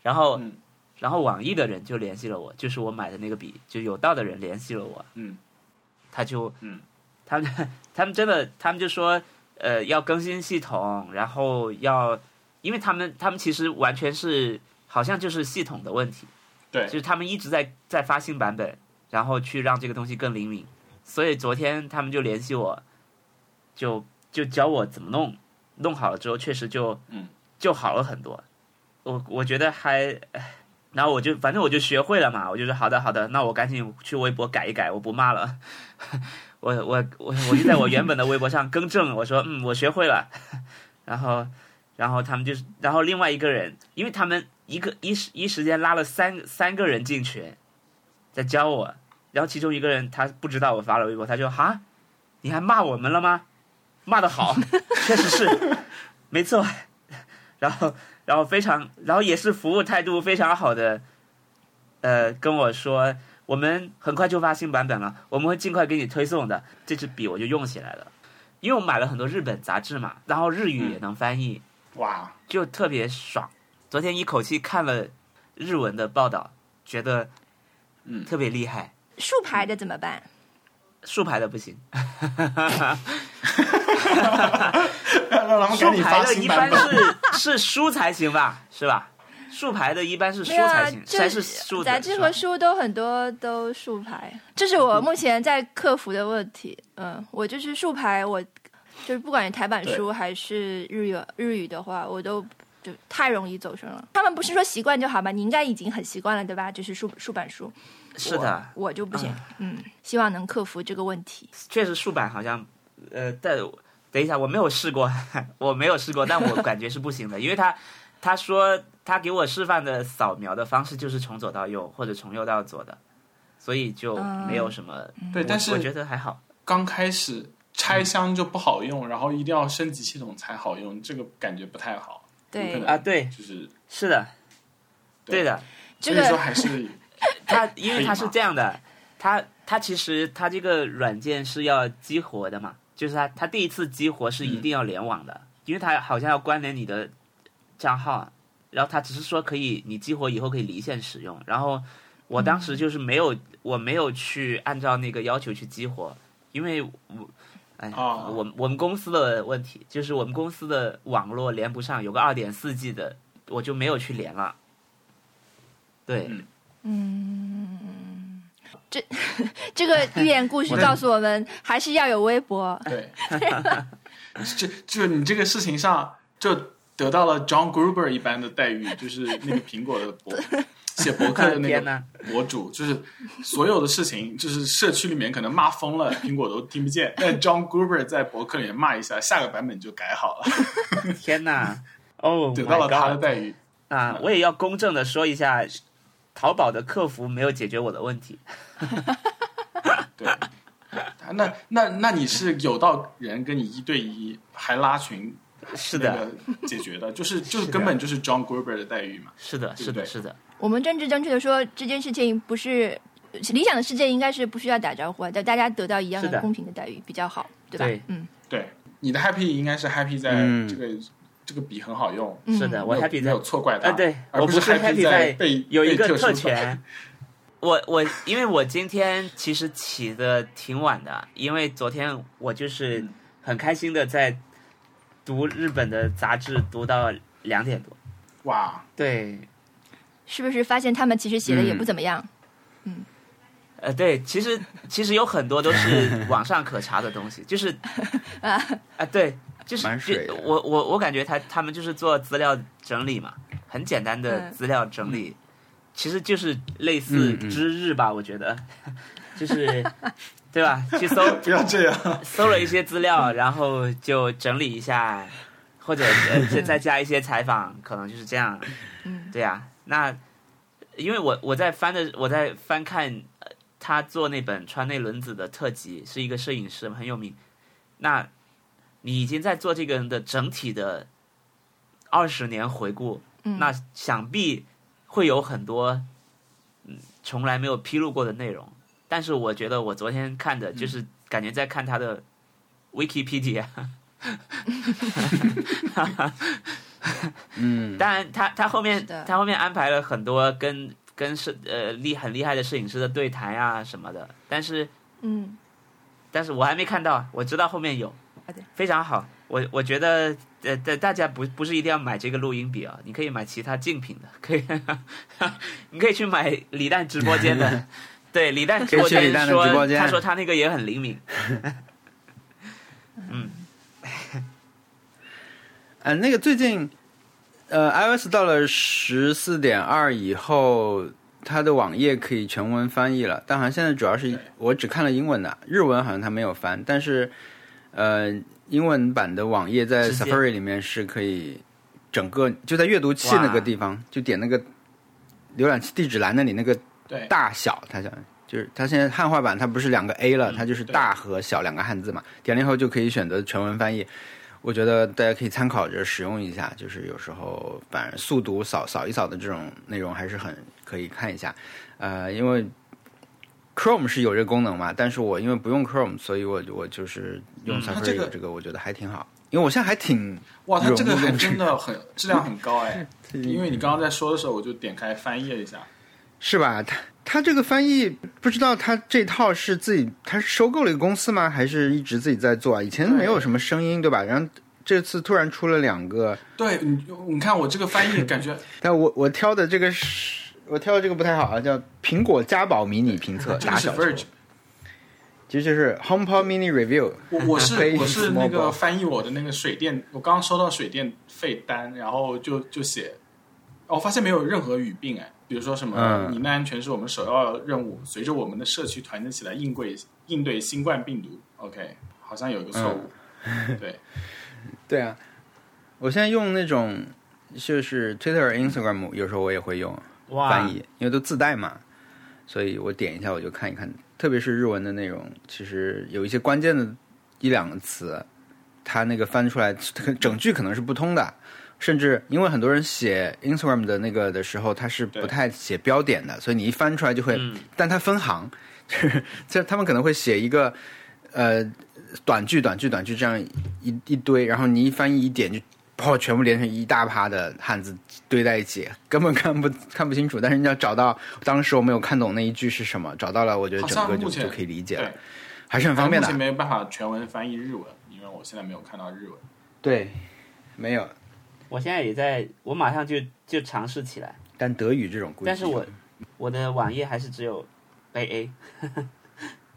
S3: 然后，
S2: 嗯
S3: 然后网易的人就联系了我，就是我买的那个笔，就有道的人联系了我，
S2: 嗯
S3: 他就
S2: 嗯，
S3: 他们他们真的他们就说，呃要更新系统，然后要，因为他们他们其实完全是好像就是系统的问题，
S2: 对
S3: 就是他们一直在在发新版本，然后去让这个东西更灵敏。所以昨天他们就联系我，就就教我怎么弄，弄好了之后确实就
S2: 嗯
S3: 就好了很多。我我觉得还，唉然后我就反正我就学会了嘛，我就说好的好的，那我赶紧去微博改一改，我不骂了。 我我我我就在我原本的微博上更正，我说嗯我学会了， 然后然后他们就是，然后另外一个人，因为他们一个一时一时间拉了三三个人进群，在教我，然后其中一个人他不知道我发了微博，他就哈，你还骂我们了吗？骂的好，确实是，没错。 然后，然后非常，然后也是服务态度非常好的，呃，跟我说我们很快就发新版本了，我们会尽快给你推送的。这支笔我就用起来了，因为我买了很多日本杂志嘛，然后日语也能翻译，
S2: 哇，
S3: 就特别爽。昨天一口气看了日文的报道，觉得
S2: 嗯
S3: 特别厉害。
S4: 竖排的怎么办？
S3: 竖排的不行，
S2: 让让他们
S3: 竖
S2: 赶紧
S3: 排
S2: 发
S3: 的一
S2: 新版
S3: 般
S2: 本。
S3: 是是书才行吧，是吧？竖排的一般是书
S4: 没有啊
S3: 才行，，
S4: 就
S3: 才是书的
S4: 杂志
S3: 是吧嗯
S4: 和书都很多都竖排，这是我目前在克服的问题。嗯，我就是竖排，我就是不管是台版书还是日语日语的话，我都就太容易走神了。他们不是说习惯就好吗？你应该已经很习惯了，对吧？就是竖竖版书，
S3: 是的，
S4: 我我就不行。嗯，希望能克服这个问题。
S3: 确实竖版好像，呃，但等一下，我没有试过， 我没有试过，但我感觉是不行的，因为他他说他给我示范的扫描的方式就是从左到右或者从右到左的，所以就没
S4: 嗯
S3: 有什么。
S2: 对，
S3: 我
S2: 但是
S3: 我觉得嗯还好。
S2: 刚开始拆箱就不好用，然后一定要升级系统才好用，这个感觉不太好。有可
S4: 对
S2: 能，
S3: 啊对
S2: 就是
S3: 是的，
S2: 对
S3: 对的，
S4: 这
S2: 所以说
S4: 个
S2: 还是
S3: 它因为它
S2: 哎可以
S3: 是
S2: 吗
S3: 这样的，它它其实它这个软件是要激活的嘛，就是它它第一次激活是一
S2: 嗯
S3: 定要联网的，因为它好像要关联你的账号啊，然后它只是说可以你激活以后可以离线使用，然后我当时就是没
S2: 嗯
S3: 有、我没有去按照那个要求去激活，因为我。哎呀，
S2: 哦
S3: 我们我们公司的问题就是我们公司的网络连不上，有个二点四 G 的，我就没有去连了。对，
S2: 嗯
S3: 嗯
S4: 嗯这 个寓言故事告诉我们，还是要有微博。
S2: 对，这就你这个事情上就得到了 John Gruber 一般的待遇，就是那个苹果的博写博客的那
S3: 天
S2: 个
S3: 哪
S2: 博主，就是所有的事情，就是社区里面可能骂疯了，苹果都听不见，但 John Gruber 在博客里面骂一下，下个版本就改好了，
S3: 天呐！哦，
S2: 得到了他的待遇。
S3: 啊！我也要公正的说一下，淘宝的客服没有解决我的问题。
S2: 对，那那那你是有到人跟你一对一，还拉群
S3: 是
S2: 那
S3: 的，
S2: 个解决的，就是就是
S3: 的
S2: 根本就是 John Gruber 的待遇嘛。
S3: 是的，
S2: 对不
S3: 是
S2: 对
S3: 的，是的，
S4: 我们政治正确的说，这件事情不是理想的世界，应该是不需要打招呼啊，但大家得到一样
S3: 是
S4: 的
S3: 的
S4: 公平的待遇比较好，对吧？
S3: 对
S4: 嗯，
S2: 对，你的 happy 应该是 happy 在
S1: 嗯
S2: 这个、这个笔很好用，
S4: 嗯
S3: 是的，我
S2: 没有
S3: happy
S2: 没
S3: 在
S2: 有错怪他，
S3: 啊，对，
S2: 而
S3: 我
S2: 不
S3: 不
S2: 是 happy
S3: 在
S2: 被
S3: 有一个
S2: 被特
S3: 特
S2: 殊的
S3: 权。我我因为我今天其实起的挺晚的，因为昨天我就是
S2: 嗯
S3: 很开心的在读日本的杂志，读到两点多。
S2: 哇，
S3: 对，
S4: 是不是发现他们其实写的
S3: 嗯
S4: 也不怎么样？
S3: 呃，对，其实其实有很多都 是网上可查的东西，就是啊、对，就是
S1: 蛮水的
S3: 就我我我感觉他他们就是做资料整理嘛，很简单的
S4: 嗯
S3: 资料整理，其实就是类似
S1: 嗯嗯
S3: 知日吧，我觉得，就是对吧？去 搜
S2: 不要这样，
S3: 搜了一些资料，然后就整理一下，或者呃再再加一些采访，可能就是这样。
S4: 嗯，
S3: 对啊，那因为我我在翻的我在翻看、呃、他做那本川内伦子的特辑，是一个摄影师很有名。那你已经在做这个人的整体的二十年回顾，
S4: 嗯
S3: 那想必会有很多嗯从来没有披露过的内容。但是我觉得我昨天看的就是感觉在看他的 Wikipedia，
S1: 嗯，
S3: 当然他他后面
S4: 是的
S3: 他后面安排了很多跟跟摄呃厉很厉害的摄影师的对谈呀、什么的，但是
S4: 嗯，
S3: 但是我还没看到，我知道后面有
S4: 好的，
S3: 非常好，我我觉得，呃，大大家不不是一定要买这个录音笔啊，你可以买其他竞品的，可以， 你可以去买李诞直播间 的，对，李诞直播
S1: 可以
S3: 间
S1: 去李诞的
S3: 说，
S1: 直播间
S3: 他说他那个也很灵敏，
S1: 嗯，那个最近，呃，iOS 到了十四点二以后，它的网页可以全文翻译了。但好像现在主要是我只看了英文的，日文好像它没有翻。但是，呃，英文版的网页在
S3: 直接
S1: Safari 里面是可以整个就在阅读器那
S3: 哇
S1: 个地方，就点那个浏览器地址栏那里那个
S2: 对，
S1: 大小，它想就是它现在汉化版它不是两个 A 了，
S2: 嗯
S1: 它就是
S2: 对
S1: 大和小两个汉字嘛。点了以后就可以选择全文翻译，我觉得大家可以参考着使用一下，就是有时候反正速读扫扫一扫的这种内容还是很可以看一下。呃，因为 Chrome 是有这个功能嘛，但是我因为不用 Chrome，所以我我就是用
S3: 嗯
S2: 它这
S1: Safari
S2: 个
S1: 有这个，我觉得还挺好。因为我现在还挺
S2: 哇，它这个
S1: 融入
S2: 还
S1: 这
S2: 真的很质量很高 哎，因为你刚刚在说的时候，我就点开翻页一下，
S1: 是吧？他他这个翻译不知道他这套是自己，他是收购了一个公司吗？还是一直自己在做啊？以前没有什么声音，对吧？然后这次突然出了两个，
S2: 对你，你看我这个翻译感 觉
S1: 但我我挑的这个是，我挑的这个不太好啊，叫苹果家宝迷你评测
S2: 啊这个
S1: 打
S2: 是
S1: 小球，
S2: Verge，
S1: 其实就是 HomePod Mini Review。
S2: 我我
S1: 可以
S2: 是我是
S1: small
S2: 那个
S1: ball
S2: 翻译我的那个水电，我刚刚收到水电费单，然后就就写，哦我发现没有任何语病哎，比如说什么
S1: 嗯
S2: 你那安全是我们首要任务，随着我们的社区团结起来应对应对新冠病毒，OK，好像有一个错
S1: 嗯
S2: 误，对，
S1: 对啊，我现在用那种就是 Twitter、Instagram，有时候我也会用啊
S3: 哇，
S1: 翻译，因为都自带嘛，所以我点一下我就看一看，特别是日文的内容，其实有一些关键的一两个词，它那个翻出来整句可能是不通的。甚至因为很多人写 Instagram 的那个的时候，他是
S2: 对
S1: 不太写标点的，所以你一翻出来就会，
S3: 嗯
S1: 但它分行，就是这他们可能会写一个呃短句、短句、短句这样一一堆，然后你一翻译一点就，哦，全部连成一大趴的汉字堆在一起，根本看不看不清楚。但是你要找到当时我没有看懂那一句是什么，找到了，我觉得
S2: 好
S1: 整
S2: 像
S1: 个就
S2: 目前
S1: 就可以理解
S2: 对
S1: 了，还是很方便的
S2: 但目前。没有办法全文翻译日文，因为我现在没有看到日文。
S1: 对，没有，
S3: 我现在也在，我马上就就尝试起来，
S1: 但德语这种估计
S3: 但
S1: 有，
S3: 是我我的网页还是只有 A A，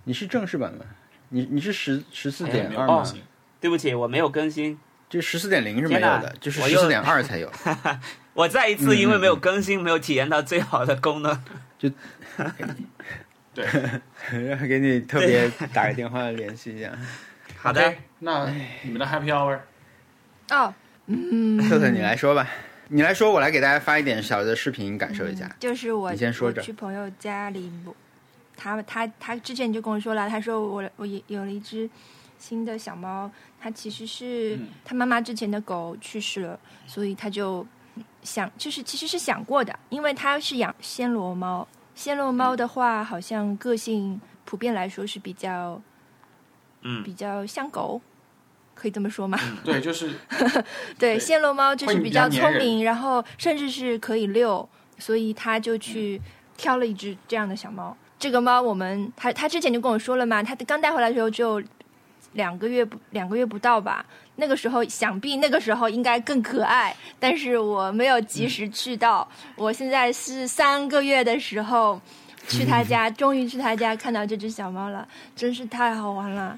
S1: 你是正式版吗？你你是十十四点
S2: 哎没有
S1: 二
S2: 更
S1: 吗？
S2: 新，
S3: 对不起，我没有更新，
S1: 这十四点零是没有
S3: 天
S1: 的
S3: 哪，
S1: 就是
S3: 我
S1: 十
S3: 又
S1: 四点二才有。
S3: 我再一次因为没有更新，没有体验到最好的功能。
S2: 对，
S1: 然 后给你特别打个电话联系一下，
S3: 好的
S2: OK，那你们的 Happy Hour
S4: 哦，
S1: 特特你来说吧，你来说，我来给大家发一点小的视频感受一下。
S4: 嗯就是我
S1: 你先说着
S4: 我去朋友家里，我他他他之前就跟我说了，他说我我有有了一只新的小猫，它其实是
S2: 嗯
S4: 他妈妈之前的狗去世了，所以他就想就是其实是想过的，因为他是养暹罗猫，暹罗猫
S1: 嗯
S4: 的话好像个性普遍来说是比较
S3: 嗯，
S4: 比较像狗。可以这么说吗？
S2: 对，就是
S4: 对，
S2: 对
S4: 暹罗猫就是
S2: 会
S4: 比
S2: 比
S4: 较
S2: 较
S4: 聪
S2: 粘人
S4: 明，然后甚至是可以遛，所以他就去挑了一只这样的小猫。这个猫我们他他之前就跟我说了嘛，他刚带回来的时候只有两个月不两个月不到吧，那个时候想必那个时候应该更可爱，但是我没有
S2: 嗯
S4: 及时去到，我现在是三个月的时候。去他 家，终于去他家看到这只小猫了，真是太好玩了。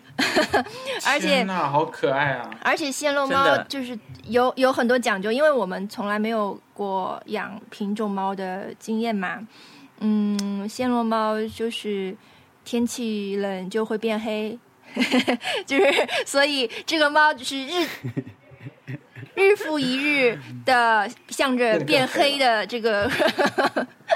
S4: 而且
S2: 天呐，好可爱啊！
S4: 而且暹罗
S3: 真
S4: 猫
S3: 的
S4: 就是有有很多讲究，因为我们从来没有过养品种猫的经验嘛。嗯，暹罗猫就是天气冷就会变黑， 就是所以这个猫就是日日复一日的向着变黑的这个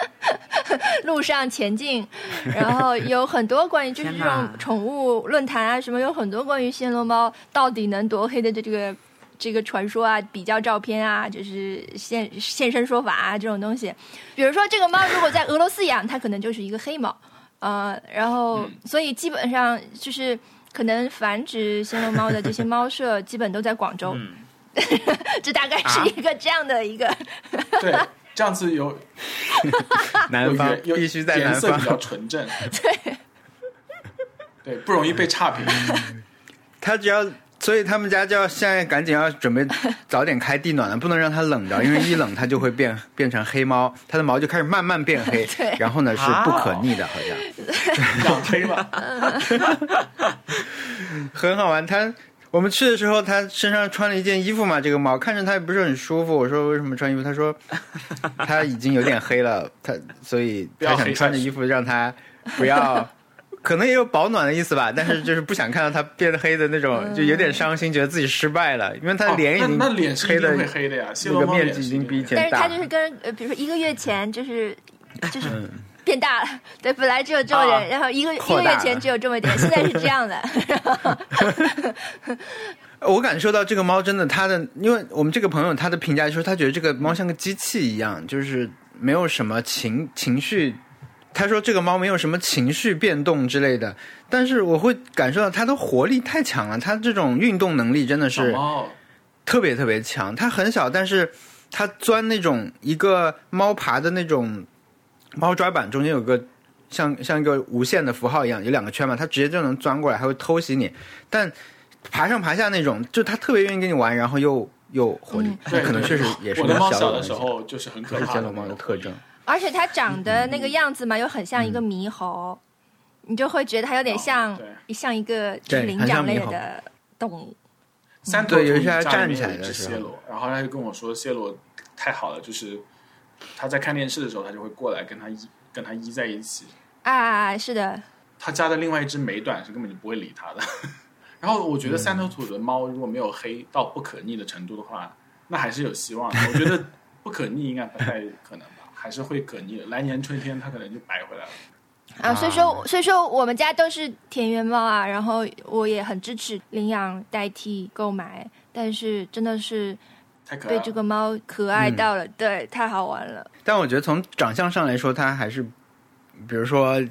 S4: 路上前进，然后有很多关于就是这
S3: 天哪
S4: 种宠物论坛啊什么，有很多关于暹罗猫到底能多黑的这个这个传说啊，比较照片啊，就是现现身说法啊这种东西。比如说这个猫如果在俄罗斯养，它可能就是一个黑猫，呃，然后
S2: 嗯
S4: 所以基本上就是可能繁殖暹罗猫的这些猫舍基本都在广 州，
S3: 嗯
S4: 这大概是一个这样的一个，
S2: 对，这样子有有
S1: 南方
S2: 颜有
S1: 必须在
S2: 颜
S1: 南
S2: 色比较
S1: 方，
S2: 纯 正，对，对，不容易被差评。
S1: 他只要所以他们家就要现在赶紧要准备早点开地暖了，不能让它冷着，因为一冷它就会变变成黑猫，它的毛就开始慢慢变 黑
S4: 对，
S1: 然后呢是不可逆的，好像。
S2: 养黑 了，
S1: 很好玩。它我们去的时候，它身上穿了一件衣服嘛，这个猫看着它也不是很舒服。我说为什么穿衣服？它说它已经有点黑了，它所以
S2: 不要
S1: 它
S2: 黑
S1: 想穿着衣服让它不要。 可能也有保暖的意思吧，但是就是不想看到它变黑的那种，就有点伤心，觉得自己失败了，因为它的脸已
S2: 哦
S1: 经
S2: 那那脸是
S1: 黑
S2: 一
S1: 的
S2: 定会黑的呀，蟹
S1: 那
S2: 罗
S1: 个
S2: 猫
S1: 面
S2: 脸
S1: 积
S2: 是
S1: 已
S2: 一定
S1: 经比以
S2: 会黑的
S4: 但是
S1: 前大
S4: 他
S1: 了。
S4: 就是跟呃，比如说一个月前就是就是
S1: 嗯
S4: 变大了，对，本来只有这么
S3: 啊
S4: 点，然后一个一
S1: 扩
S4: 个
S1: 大
S4: 月前
S1: 了
S4: 只有这么点，现在是这样 的，
S1: 我感受到这个猫真的，它的，因为我们这个朋友他的评价就是，他觉得这个猫像个机器一样，就是没有什么情情绪。他说这个猫没有什么情绪变动之类的，但是我会感受到它的活力太强了，它这种运动能力真的
S2: 小
S1: 是
S2: 猫
S1: 特别特别强。它很小，但是它钻那种一个猫爬的那种猫抓板中间有个像像一个无限的符号一样，有两个圈嘛，它直接就能钻过来，还会偷袭你。但爬上爬下那种，就它特别愿意跟你玩，然后又又活力，
S2: 对，
S1: 可
S2: 嗯
S1: 能
S2: 对
S1: 确实也是
S2: 我的
S1: 跟
S2: 猫
S1: 小
S2: 小
S1: 有
S2: 的
S1: 关系
S2: 时候就是很可
S1: 这是
S2: 怕
S1: 暹
S2: 的
S1: 罗猫的特征。
S4: 而且它长得那个样子嘛，又很像一个猕猴，你就会觉得它有点像
S2: 哦
S4: 像一个就是
S1: 对
S4: 灵
S1: 很像
S4: 长类
S1: 猕猴
S4: 的动物，
S2: 三头
S1: 对有一
S2: 一
S1: 些还
S2: 家里
S1: 站
S2: 面
S1: 起来
S2: 有一
S1: 的
S2: 只
S1: 时
S2: 暹
S1: 候
S2: 罗，然后他就跟我说暹罗太好了，就是他在看电视的时候，他就会过来跟他依跟他依在一起。
S4: 啊，是的，
S2: 他家的另外一只美短是根本就不会理他的。 然后我
S1: 嗯
S2: 觉得三头土的猫如果没有黑到不可逆的程度的话，那还是有希望的。我觉得不可逆应该不太可能吧，还是会可逆的。来年春天它可能就白回来了。
S4: 啊，所以说所以说我们家都是田园猫啊，然后我也很支持领养代替购买，但是真的是
S2: 太可爱
S4: 被这
S2: 了，
S4: 个猫可爱
S1: 嗯
S4: 到了，对，太好玩了。
S1: 但我觉得从长相上来说，它还是，比如说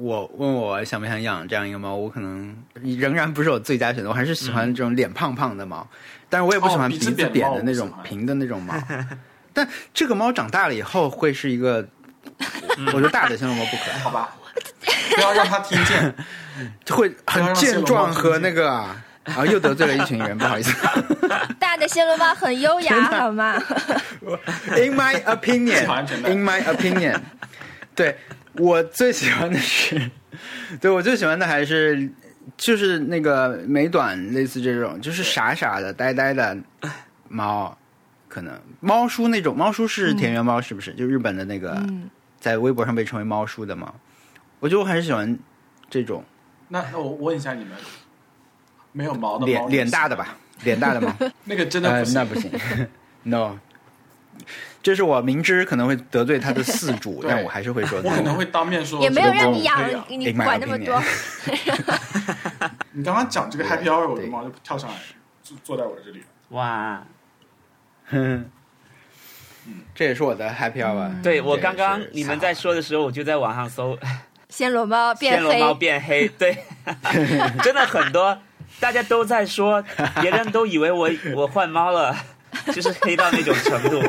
S1: 我问我想不想养这样一个猫，我可能仍然不是我最佳选择，我还是喜欢这种脸胖胖的猫，但是我也不喜
S2: 嗯
S1: 欢
S2: 哦鼻
S1: 鼻
S2: 子
S1: 子
S2: 扁的
S1: 扁
S2: 猫
S1: 的那种
S2: 我不喜欢
S1: 平的那 种猫。但这个猫长大了以后会是一个，
S2: 嗯
S1: 我觉得大的暹罗猫不可爱，
S2: 好 吧，不要让它听见。
S1: 就会
S2: 不要
S1: 很
S2: 让
S1: 健壮
S2: 暹罗猫
S1: 和那个啊，啊又得罪了一群人，不好意思。
S4: 大的暹罗猫很优 雅，好吗？
S1: In my
S2: 系好安全
S1: opinion,
S2: 带
S1: in my opinion，对我最喜欢的是，对我最喜欢的还是就是那个美短，类似这种，就是傻傻的、呆呆的猫，可能猫叔那种。猫叔是田园猫，是不是？就日本的那个，
S4: 嗯，
S1: 在微博上被称为猫叔的猫。我觉得我还是喜欢这种
S2: 那那我问一下你们，没有毛的猫
S1: 脸
S2: 你
S1: 脸
S2: 喜欢
S1: 大的
S2: 吗
S1: 吧，脸大的猫。
S2: 那个真的
S1: 呃
S2: 不，行。
S1: 那不行，no。这是我明知可能会得罪他的饲主，
S2: 对
S1: 但我还是会说 no，
S2: 我可能会当面说，
S4: 也没有让你
S2: 这
S1: 啊
S2: 个猫不可以
S4: 养，
S2: 养。
S4: 你你管那么多
S1: In my，
S2: 你刚刚讲这个 happy hour，我的
S1: 对
S2: 猫就跳上来，就坐在我这里了。
S3: 哇，
S1: 这也是我的 happy hour、
S3: 对我刚刚
S1: 嗯这也是
S3: 你们在说的时候，我就在网上搜
S4: 暹罗猫
S3: 暹
S4: 变
S3: 罗
S4: 黑，
S3: 猫变黑，对， 真的很多，大家都在说，别人都以为我我换猫了， 就是黑到那种程 度，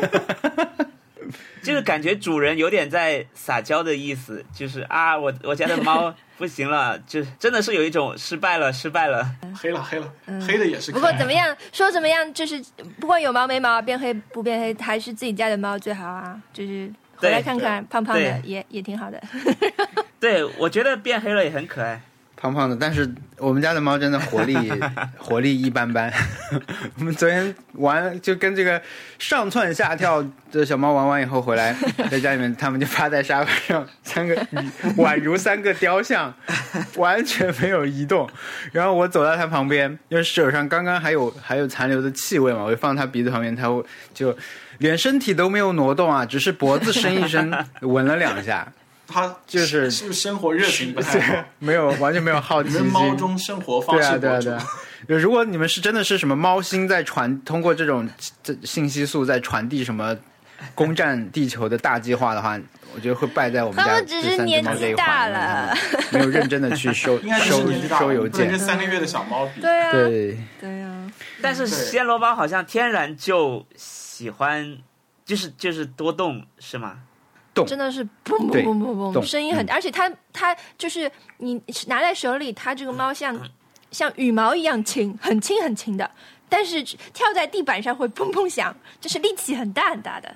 S3: 就是感觉主人有点在撒娇的意思，就是啊，我我家的猫不行了，就真的是有一种失败了，失败了，
S2: 黑了，黑了，黑的也是可
S4: 嗯不
S2: 以。
S4: 过怎么样说怎么样，就是不管有毛没毛，变黑不变黑，还是自己家的猫最好啊。就是回来
S3: 对
S4: 看看，胖胖的
S3: 对
S4: 也也挺好的。
S3: 对我觉得变黑了也很可爱，
S1: 胖胖的，但是我们家的猫真 的活力活力一般 般。我们昨天玩就跟这个上窜下跳的小猫玩完以后回来，在家里面它们就趴在沙发上，三个宛如三个雕像，完全没有移动。然后我走到它旁边，因为手上刚刚还有还有残留的气味嘛，我就放它鼻子旁边，它会就连身体都没有挪动啊，只是脖子伸一 伸，闻了两下。
S2: 它
S1: 就是
S2: 是不是生活热情不太好？
S1: 没有，完全没有好奇
S2: 你们
S1: 心。
S2: 猫中生活方
S1: 对啊，
S2: 式
S1: 对啊，
S2: 博主
S1: 对啊。如果你们是真的是什么猫星在传，通过这种这信息素在传递什么攻占地球的大计划的话，我觉得会败在我们
S4: 他
S1: 家
S4: 们 只是
S1: 这三只猫这一
S4: 年纪大
S1: 环，
S4: 了
S1: 因为他们没有认真的去 收
S2: 应该就是
S1: 收
S2: 年纪大了，
S1: 收邮
S2: 不能跟
S1: 件。
S2: 三个月的小猫比。
S4: 对啊，
S1: 对，
S4: 对啊，
S3: 但是
S2: 对
S3: 暹罗猫好像天然就喜欢，就是就是多动是吗？
S4: 真的是嘣
S1: 对
S4: 嘣嘣嘣
S1: 动嗯
S4: 嘣，声音很，而且它它就是你拿在手里，它这个猫像像羽毛一样轻，很轻很轻的，但是跳在地板上会砰砰响，就是力气很大很大的。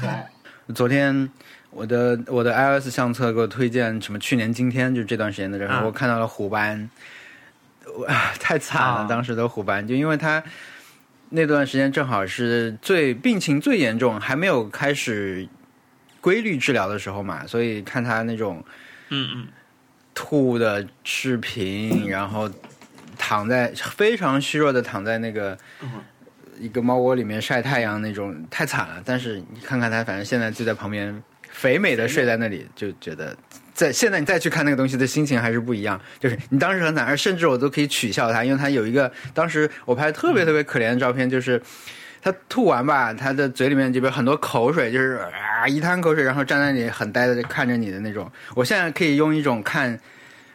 S2: 可爱。
S1: 昨天我的我的 iOS 相册给我推荐什么？去年今天就这段时间的这个，
S3: 嗯
S1: 我看到了虎斑， 哇，太惨了！
S3: 啊
S1: 当时的虎斑，就因为它那段时间正好是最病情最严重，还没有开始规律治疗的时候嘛，所以看它那种
S3: 嗯嗯，
S1: 吐的视频，然后躺在非常虚弱的躺在那个一个猫窝里面晒太阳那种，太惨了。但是你看看它，反正现在就在旁边肥美的睡在那里，就觉得在现在你再去看那个东西的心情还是不一样。就是你当时很惨，而甚至我都可以取笑它，因为它有一个当时我拍特别特别可怜的照片，就是。它吐完吧，它的嘴里面这边很多口水，就是啊一滩口水，然后站在那里很呆的看着你的那种。我现在可以用一种看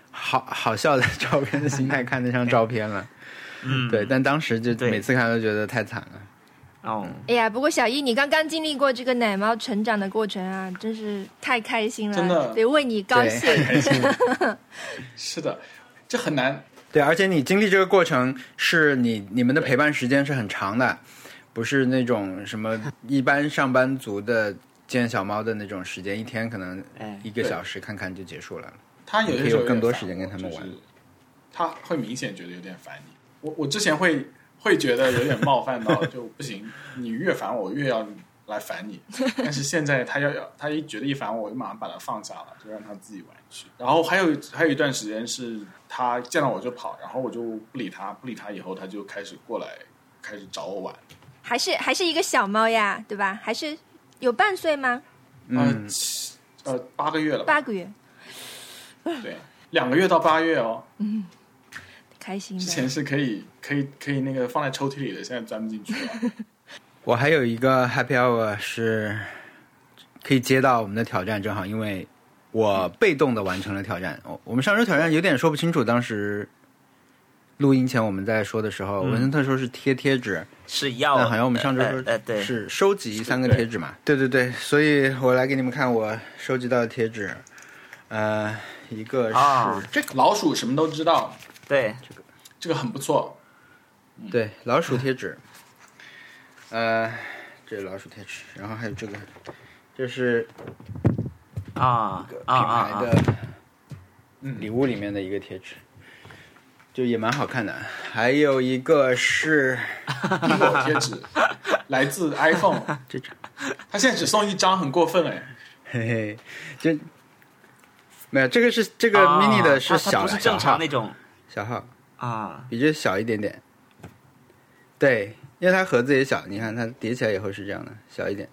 S1: 好好笑 的照片的心态看那张照片了。
S3: 嗯
S1: 对，但当时就
S3: 对
S1: 每次看都觉得太惨了。
S3: 哦，
S4: 哎呀，不过小易，你刚刚经历过这个奶猫成长的过程啊，真是太开心了，
S2: 真的
S4: 得为你高兴。
S2: 是的，这很难。
S1: 对，而且你经历这个过程，是你你们的陪伴时间是很长的，不是那种什么一般上班族的见小猫的那种时间，一天可能
S3: 哎，
S1: 一个
S2: 对
S1: 小时看看就结束了。
S2: 他有
S1: 你可
S2: 些
S1: 以
S2: 时候
S1: 有更
S2: 点
S1: 多
S2: 烦
S1: 时间
S2: 我
S1: 跟他们玩
S2: 就是他会明显觉得有点烦你。我我之前会会觉得有点冒犯到，就不行，你越烦我越要来烦你。但是现在他要要他一觉得一烦我，我就马上把他放下了，就让他自己玩去。然后还有还有一段时间是他见到我就跑，然后我就不理他，不理他以后他就开始过来开始找我玩。
S4: 还是还是一个小猫呀，对吧？还是有半岁吗？
S1: 嗯
S2: 呃，七呃八个月了吧？
S4: 八个月，
S2: 对，两个月到八月哦。
S4: 开心
S2: 之前
S4: 的。
S2: 是可以可以可以那个放在抽屉里的，现在钻不进去了。
S1: 我还有一个 happy hour 是可以接到我们的挑战，正好因为我被动的完成了挑战。我我们上周挑战有点说不清楚，当时录音前我们在说的时候，
S3: 嗯
S1: 文森特说是贴贴纸，
S3: 是要
S1: 但好像我们上周
S3: 呃
S1: 说
S3: 呃对
S1: 是收集三个贴纸嘛？对对对，所以我来给你们看我收集到的贴纸，呃，一个是、
S3: 啊
S2: 这个老鼠什么都知道，
S3: 对
S2: 这个很不错。
S1: 对老鼠贴纸，呃，这是老鼠贴纸，然后还有这个，这是
S3: 啊
S1: 个品
S3: 啊啊
S1: 牌
S3: 啊，
S1: 的
S2: 嗯
S1: 礼物里面的一个贴纸，就也蛮好看的。还有一个是
S2: 苹果贴 纸来自 iPhone，
S1: 这张，
S2: 他现在只送一张，很过分哎。
S1: 嘿嘿，就没有这个是这个
S3: 啊
S1: mini
S3: 它
S1: 的是
S3: 它
S1: 小
S3: 不
S1: 的
S3: 是
S1: 小
S3: 正常
S1: 号
S3: 那种
S1: 小号，
S3: 啊，
S1: 比这小一点点。对，因为它盒子也小，你看它叠起来以后是这样的，小一点。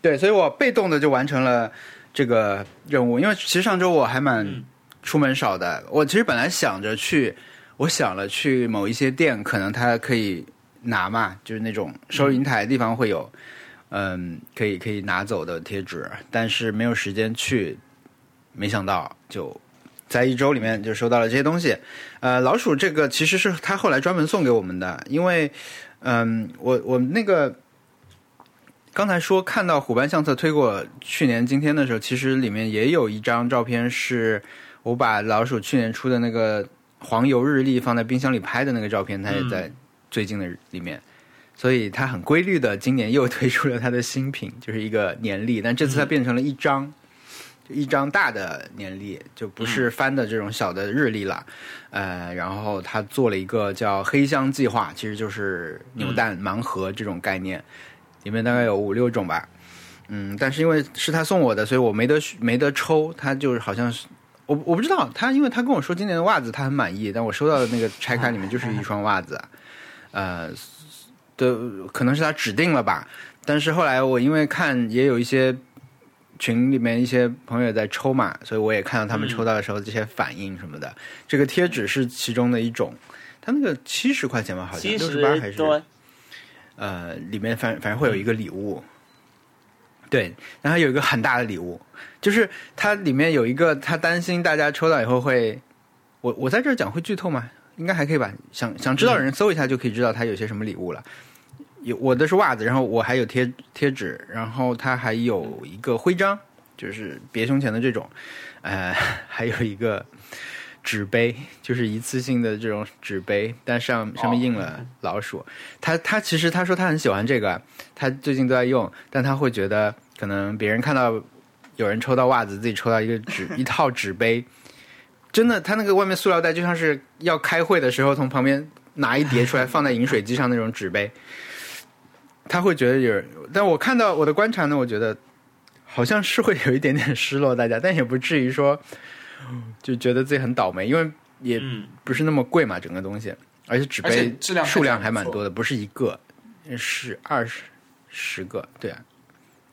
S1: 对，所以我被动的就完成了这个任务，因为其实上周我还蛮
S3: 嗯
S1: 出门少的。我其实本来想着去，我想了去某一些店，可能它可以拿嘛，就是那种收银台的地方会有，嗯，可以可以拿走的贴纸，但是没有时间去，没想到就在一周里面就收到了这些东西。呃，老鼠这个其实是他后来专门送给我们的，因为，嗯，我我那个刚才说看到虎斑相册推过去年今天的时候，其实里面也有一张照片是我把老鼠去年出的那个黄油日历放在冰箱里拍的那个照片，它也在最近的里面。所以它很规律的，今年又推出了它的新品，就是一个年历，但这次它变成了一张，就一张大的年历，就不是翻的这种小的日历了。呃，然后他做了一个叫“黑箱计划”，其实就是扭蛋盲盒这种概念，里面大概有五六种吧。嗯，但是因为是他送我的，所以我没得没得抽，他就是好像是。我我不知道他，因为他跟我说今年的袜子他很满意，但我收到的那个拆开里面就是一双袜子，呃，对，可能是他指定了吧。但是后来我因为看也有一些群里面一些朋友也在抽嘛，所以我也看到他们
S3: 嗯
S1: 抽到的时候这些反应什么的。这个贴纸是其中的一种，它那个七十块钱吧，好像
S3: 七
S1: 六
S3: 十
S1: 十八还是
S3: 多
S1: 呃，里面反反正会有一个礼物，对，然后有一个很大的礼物，就是它里面有一个，他担心大家抽到以后会，我我在这儿讲会剧透吗？应该还可以吧，想想知道的人搜一下就可以知道它有些什么礼物了。有我的是袜子，然后我还有贴贴纸，然后它还有 一个徽章，就是别胸前的这种，呃，还有一个纸杯，就是一次性的这种纸杯，但上上面印了老鼠。他他其实他说他很喜欢这个，他最近都在用，但他会觉得可能别人看到有人抽到袜子，自己抽到一个纸一套纸杯，真的，他那个外面塑料袋就像是要开会的时候从旁边拿一叠出来放在饮水机上那种纸杯，他会觉得有人。但我看到我的观察呢，我觉得好像是会有一点点失落大家，但也不至于说就觉得自己很倒霉，因为也
S3: 嗯，
S1: 不是那么贵嘛，整个东西，而且纸
S2: 而且
S1: 杯
S2: 质量
S1: 数量还
S2: 看起来
S1: 蛮
S2: 不错
S1: 多的，不是一个，是二十十个，对啊，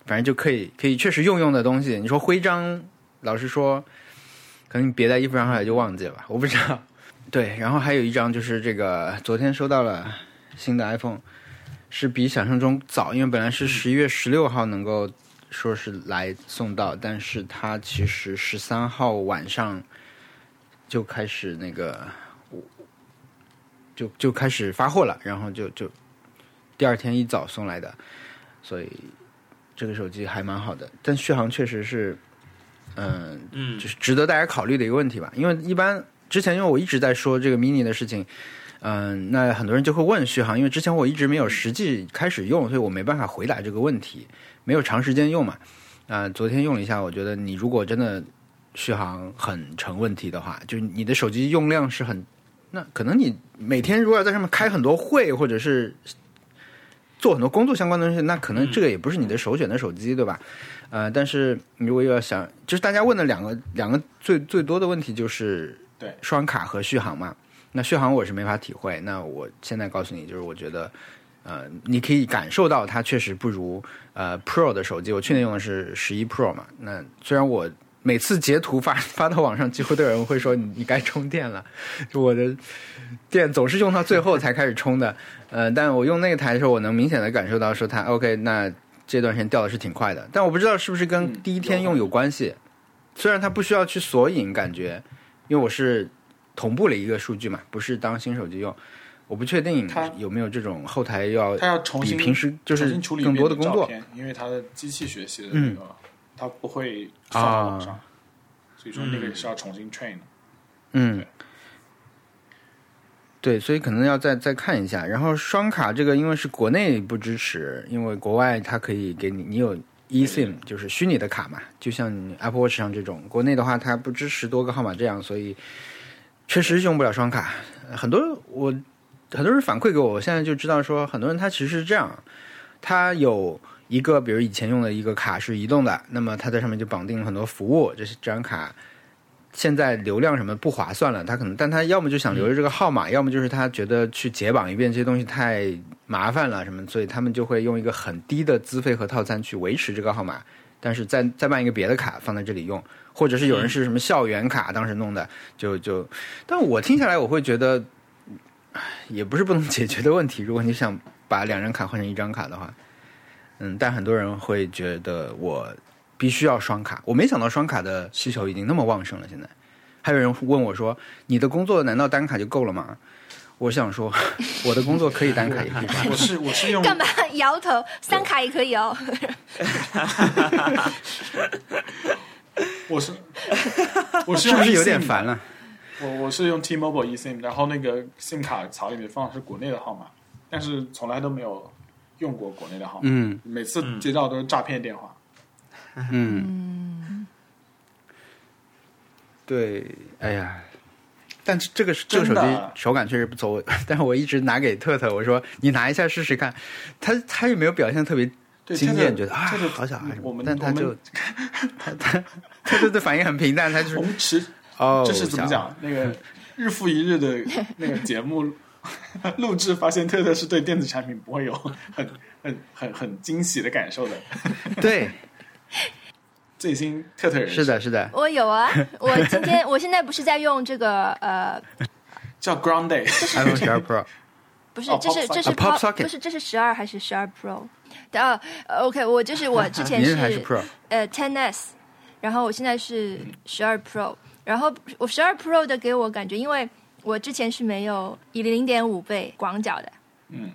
S1: 反正就可以可以确实用用的东西。你说徽章，老实说，可能你别在衣服上后来就忘记了吧，我不知道。对，然后还有一张就是这个，昨天收到了新的 iPhone，是比想象中早，因为本来是十一月十六号能够说是来送到，但是它其实十三号晚上就开始那个就就开始发货了，然后就就第二天一早送来的，所以这个手机还蛮好的，但续航确实是，嗯、
S3: 嗯
S1: 就是值得大家考虑的一个问题吧。因为一般之前因为我一直在说这个 mini 的事情，嗯、那很多人就会问续航，因为之前我一直没有实际开始用，所以我没办法回答这个问题，没有长时间用嘛。啊、昨天用了一下，我觉得你如果真的续航很成问题的话，就是你的手机用量是很，那可能你每天如果要在上面开很多会，或者是做很多工作相关的东西，那可能这个也不是你的首选的手机，对吧？呃，但是你如果要想，就是大家问的两个两个最最多的问题就是
S2: 对
S1: 刷完卡和续航嘛。那续航我是没法体会，那我现在告诉你，就是我觉得，呃，你可以感受到它确实不如呃 Pro 的手机。我去年用的是十一 Pro 嘛，那虽然我每次截图发发到网上，几乎都有人会说你你该充电了，就我的电总是用到最后才开始充的。 呃，但我用那个台的时候，我能明显的感受到说它 OK，那这段时间掉的是挺快的，但我不知道是不是跟
S2: 嗯
S1: 第一天
S2: 有
S1: 用有关系。虽然它不需要去索引，感觉因为我是同步了一个数据嘛，不是当新手机用，我不确定
S2: 它
S1: 有没有这种后台要
S2: 它要重
S1: 比
S2: 新
S1: 平时就
S2: 重
S1: 是
S2: 新处理
S1: 更
S2: 一遍
S1: 多的
S2: 你
S1: 工
S2: 照
S1: 作。嗯
S2: 片，因为它的机器学习的那个，它不会放到网
S1: 啊
S2: 上，所以说那个是要重新 train 的。
S1: 嗯，对，所以可能要再再看一下。然后双卡这个，因为是国内不支持，因为国外它可以给你，你有 eSIM 就是虚拟的卡嘛，就像你 Apple Watch 上这种。国内的话，它不支持多个号码这样，所以确实用不了双卡。很多我很多人反馈给我，我现在就知道说，很多人他其实是这样，他有一个比如以前用的一个卡是移动的，那么他在上面就绑定了很多服务，这是这张卡。现在流量什么不划算了，他可能，但他要么就想留着这个号码，要么就是他觉得去解绑一遍这些东西太麻烦了什么，所以他们就会用一个很低的资费和套餐去维持这个号码，但是再再办一个别的卡放在这里用，或者是有人是什么校园卡当时弄的，就就，但我听下来我会觉得，唉也不是不能解决的问题，如果你想把两张卡换成一张卡的话，嗯，但很多人会觉得我必须要双卡，我没想到双卡的需求已经那么旺盛了，现在。还有人问我说：“你的工作难道单卡就够了吗？”我想说， 我的工作可以单卡，也可以双卡。
S2: 我是我是用
S4: 干嘛摇头？三卡也可以哦。
S2: 我 是我 是
S1: 是
S2: 用
S1: 不是有点
S2: eSIM 的
S1: 烦？了？
S2: 我我是用 T-Mobile eSIM，然后那个 SIM 卡槽里面放的是国内的号码，但是从来都没有用过国内的号码，
S1: 嗯
S2: 每次接到都是诈骗电话。
S1: 嗯，对，哎呀，但是这个这个手
S2: 真
S1: 机
S2: 的
S1: 手感确实不错， 我但是我一直拿给特特，我说你拿一下试试看，他他也没有表现特别
S2: 对，
S1: 惊
S2: 这
S1: 艳，
S2: 个
S1: 觉得啊
S2: 这个
S1: 好小啊什
S2: 嗯我
S1: 么，
S2: 们
S1: 但
S2: 我
S1: 他就
S2: 们
S1: 他他他对对反应很平淡，他就
S2: 我
S1: 是
S2: 们持
S1: 哦，
S2: 这是怎么
S1: 小
S2: 讲？那个日复一日 的那个节目录制，发现特特是对电子产品不会有很很很很惊喜的感受的。
S1: 对，
S2: 最新特特人
S1: 是的，是 的，
S4: 我有啊，我今天我现在不是在用这个呃，
S2: 叫 Ground Day，
S1: iPhone 十二 Pro，
S4: 不是
S2: 哦，
S4: 这是
S2: Pop
S4: 这是
S1: Socket 啊，Pop Socket
S4: 不是这是十二还是十二 Pro？然后 OK，我就是我之前
S1: 您
S4: 是
S1: 还是 Pro？
S4: 呃 Ten S，然后我现在是十二 Pro，然后我十二 Pro 的给我感觉，因为我之前是没有以零点五倍广角的，
S2: 嗯，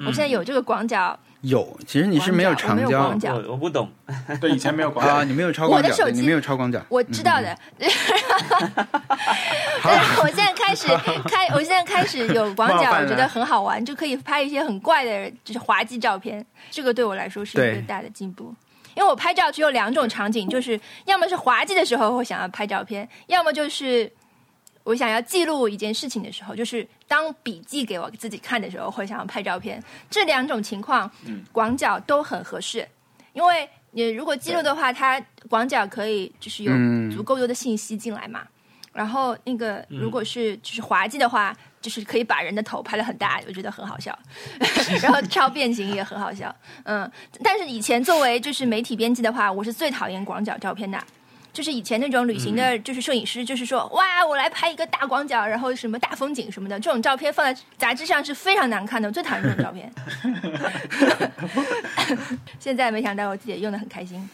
S4: 我现在有这个广角，
S1: 有，其实你是没有长
S4: 广角我
S1: 焦
S4: 没有广角
S3: 哦我我不懂，
S2: 对，以前没有广
S1: 啊，
S2: 角，
S1: 你没有超广
S4: 我的手
S1: 角，
S4: 机
S1: 你没有超广角。
S4: 我知道的，
S1: 嗯 好，
S4: 我现在 开始开，我现在开始有广角，
S1: 冒犯
S4: 我
S1: 了
S4: 觉得很好玩，就可以拍一些很怪的，就是滑稽照片。这个对我来说是一
S1: 对
S4: 个大的进步，因为我拍照只有两种场景，就是要么是滑稽的时候会想要拍照片，要么就是我想要记录一件事情的时候，就是当笔记给我自己看的时候会想要拍照片。这两种情况，广角都很合适，因为你如果记录的话，它广角可以就是有
S1: 嗯
S4: 足够多的信息进来嘛。然后那个如果是就是滑稽的话，就是可以把人的头拍得很大，我觉得很好笑。然后超变形也很好笑，嗯。但是以前作为就是媒体编辑的话，我是最讨厌广角照片的。就是以前那种旅行的，就是摄影师，就是说，哇，我来拍一个大广角，然后什么大风景什么的，这种照片放在杂志上是非常难看的，我最讨厌这种照片。现在没想到我自己也用的很开心。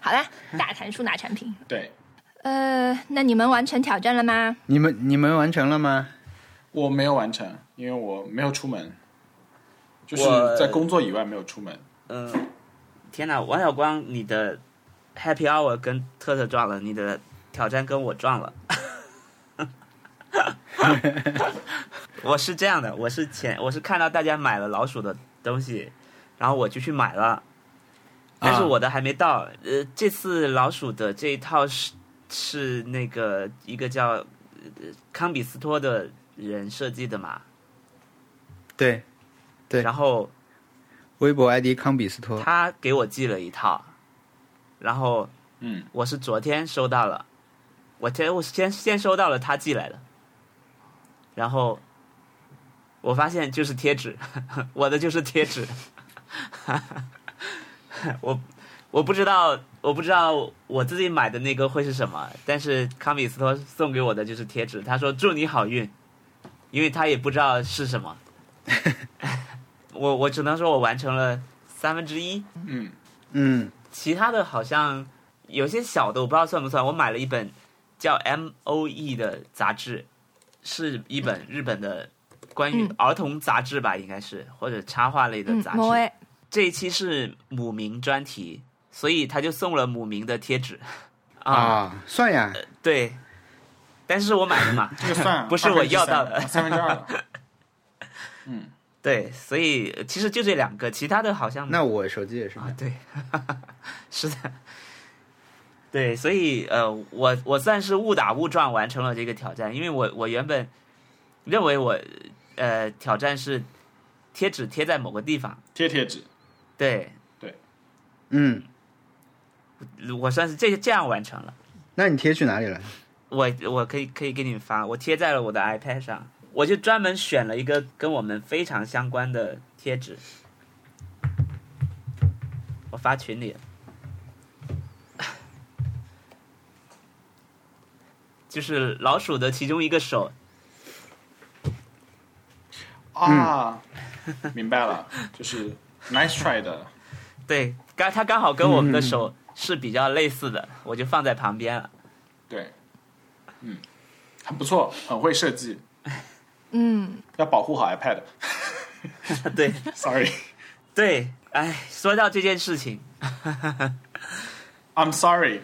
S4: 好啦，大谈数码产品。
S2: 对。
S4: 呃，那你们完成挑战了吗？
S1: 你们你们完成了吗？
S2: 我没有完成，因为我没有出门，就是
S3: 我
S2: 在工作以外没有出门。
S3: 嗯、天哪，王小光，你的 Happy Hour 跟特特撞了，你的挑战跟我撞了。 我是这样的，我是前我是看到大家买了老鼠的东西，然后我就去买了，但是我的还没到。呃，这次老鼠的这一套是是那个一个叫呃康比斯托的人设计的嘛，
S1: 对，对
S3: 然后
S1: 微博 ID 康比斯托，
S3: 他给我寄了一套，然后
S2: 嗯，
S3: 我是昨天收到了，我天，我先先收到了他寄来的，然后我发现就是贴纸， 我的就是贴纸， 我我不知道我不知道我自己买的那个会是什么，但是康比斯托送给我的就是贴纸，他说祝你好运，因为他也不知道是什么， 我我只能说我完成了三分之一。
S1: 嗯，
S3: 其他的好像有些小的我不知道算不算。我买了一本叫《M O E》的杂志，是一本日本的关于
S4: 嗯
S3: 儿童杂志吧，应该是或者插画类的
S4: 嗯
S3: 杂，
S4: 某
S3: 志。
S4: 位
S3: 这一期是姆明专题，所以他就送了姆明的贴纸啊，
S1: 啊，算呀，
S3: 对。但是我买的嘛，
S2: 这个算 了
S3: 不是我要到的
S2: 三分之二了。
S3: 对，所以呃其实就这两个，其他的好像
S1: 那我手机也是。
S3: 啊，对， 是的，对，所以呃，我我算是误打误撞完成了这个挑战，因为我我原本认为我呃挑战是贴纸贴在某个地方，
S2: 贴贴纸，
S3: 对
S1: 嗯，
S3: 我算是这这样完成了。
S1: 那你贴去哪里了？
S3: 我我可以可以给你们发，我贴在了我的 iPad 上，我就专门选了一个跟我们非常相关的贴纸，我发群里了，就是老鼠的其中一个手，
S2: 啊，明白了，就是 nice try 的，
S3: 对，刚它刚好跟我们的手是比较类似的，我就放在旁边了。
S2: 对，嗯，很不错，很会设计，
S4: 嗯，
S2: 要保护好 iPad。
S3: 对
S2: Sorry，I'm
S3: 对，哎，说到这件事情，
S2: sorry，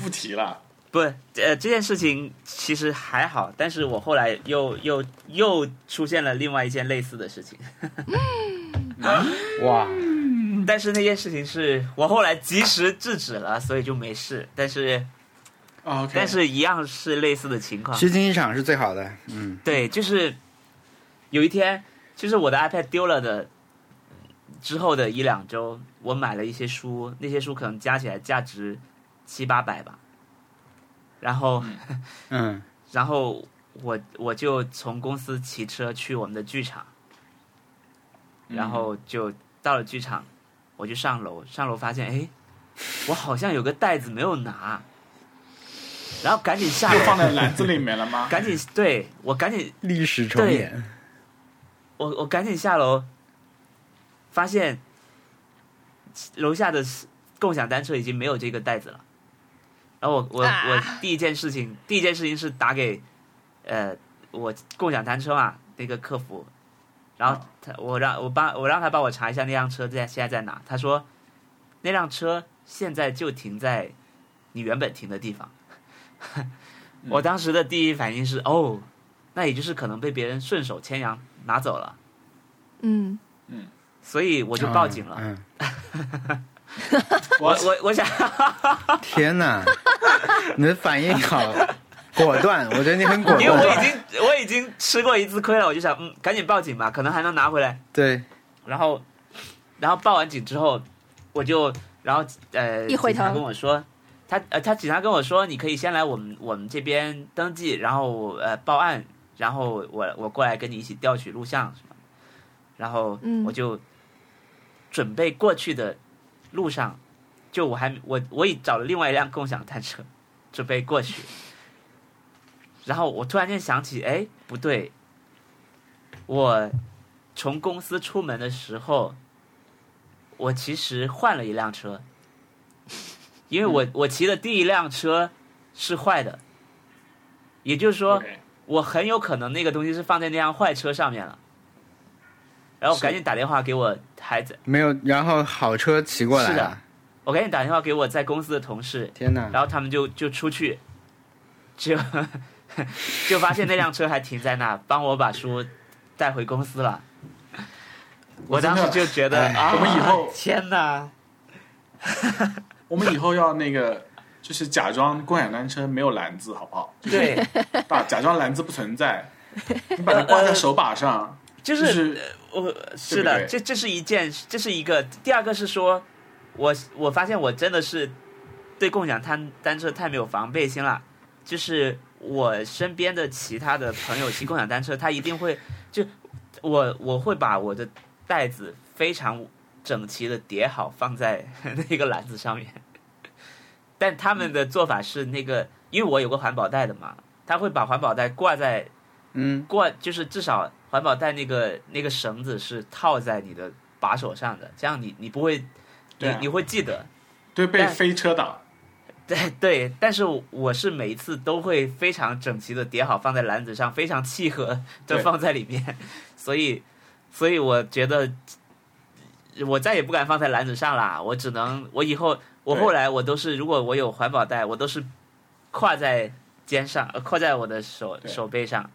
S2: 不提了。
S3: 不，呃，这件事情其实还好，但是我后来又又又出现了另外一件类似的事情，
S2: 嗯
S1: 哇，
S3: 但是那件事情是我后来及时制止了，所以就没事，但是
S2: OK，
S3: 但是一样是类似的情况，
S1: 虚惊一场是最好的。嗯
S3: 对，就是有一天，就是我的 iPad 丢了的之后的一两周，我买了一些书，那些书可能加起来价值七八百吧，然后。
S1: 嗯，
S3: 然后我我就从公司骑车去我们的剧场，
S2: 嗯
S3: 然后就到了剧场，我就上楼，上楼发现哎，我好像有个袋子没有拿，然后赶紧下
S2: 又
S3: 楼，
S2: 放在篮子里面了吗？
S3: 赶紧对我赶紧
S1: 历史重演。
S3: 我我赶紧下楼，发现楼下的共享单车已经没有这个袋子了。然后我我
S4: 啊
S3: 我第一件事情，第啊一件事情是打给呃我共享单车嘛那个客服，然后他我让我帮我让他帮我查一下那辆车在现在在哪，他说那辆车现在就停在你原本停的地方。 我当时的第一反应是哦，那也就是可能被别人顺手牵羊拿走了，
S4: 嗯，
S3: 所以我就报警了。
S1: 嗯，
S3: 我
S2: 我
S3: 我我想，
S1: 啊天哪，你的反应好果断，我觉得你很果
S3: 因为我已
S1: 断。
S3: 经我已经吃过一次亏了，我就想嗯，赶紧报警吧，可能还能拿回来。
S1: 对，
S3: 然后，然后报完警之后，我就然后呃，
S4: 一回头
S3: 警察跟我说，他呃他警察跟我说，你可以先来我们我们这边登记，然后呃报案，然后我我过来跟你一起调取录像什么的。然后
S4: 嗯
S3: 我就准备过去的路上，就我还我我已找了另外一辆共享单车，准备过去。然后我突然间想起，哎，不对，我从公司出门的时候，我其实换了一辆车，因为我
S2: 嗯
S3: 我骑的第一辆车是坏的，也就是说
S2: OK，
S3: 我很有可能那个东西是放在那辆坏车上面了。然后我
S2: 是
S3: 赶紧打电话给我孩子，
S1: 没有，然后好车骑过来
S3: 是
S1: 了
S3: 的，我赶紧打电话给我在公司的同事，
S1: 天哪！
S3: 然后他们就就出去，就 就发现那辆车还停在那，帮我把书带回公司了。我当时就觉得
S1: 哎
S3: 啊，
S2: 我们以后
S3: 天哪，
S2: 我们以后要那个，就是假装共享单车没有篮子，好不好？
S3: 对，
S2: 把假装篮子不存 在，你把它挂在手把上，
S3: 就呃
S2: 就是是
S3: 我是的，
S2: 对
S3: 这这是一件，这是一个。第二个是说，我我发现我真的是对共享单单车太没有防备心了。就是我身边的其他的朋友骑共享单车，他一定会就我我会把我的袋子非常整齐的叠好，放在那个篮子上面。但他们的做法是那个，因为我有个环保袋的嘛，他会把环保袋挂在
S1: 嗯，
S3: 过就是至少环保袋那个那个绳子是套在你的把手上的，这样你你不会，你、
S2: 对啊
S3: 你会记得，
S2: 对被
S3: 但
S2: 飞车挡。
S3: 对对。但是我是每一次都会非常整齐的叠好，放在篮子上，非常契合的
S2: 对
S3: 放在里面，所以所以我觉得我再也不敢放在篮子上啦，我只能我以后我
S2: 对
S3: 后来我都是如果我有环保袋，我都是挎在肩上，呃挎在我的手
S2: 对
S3: 手背上。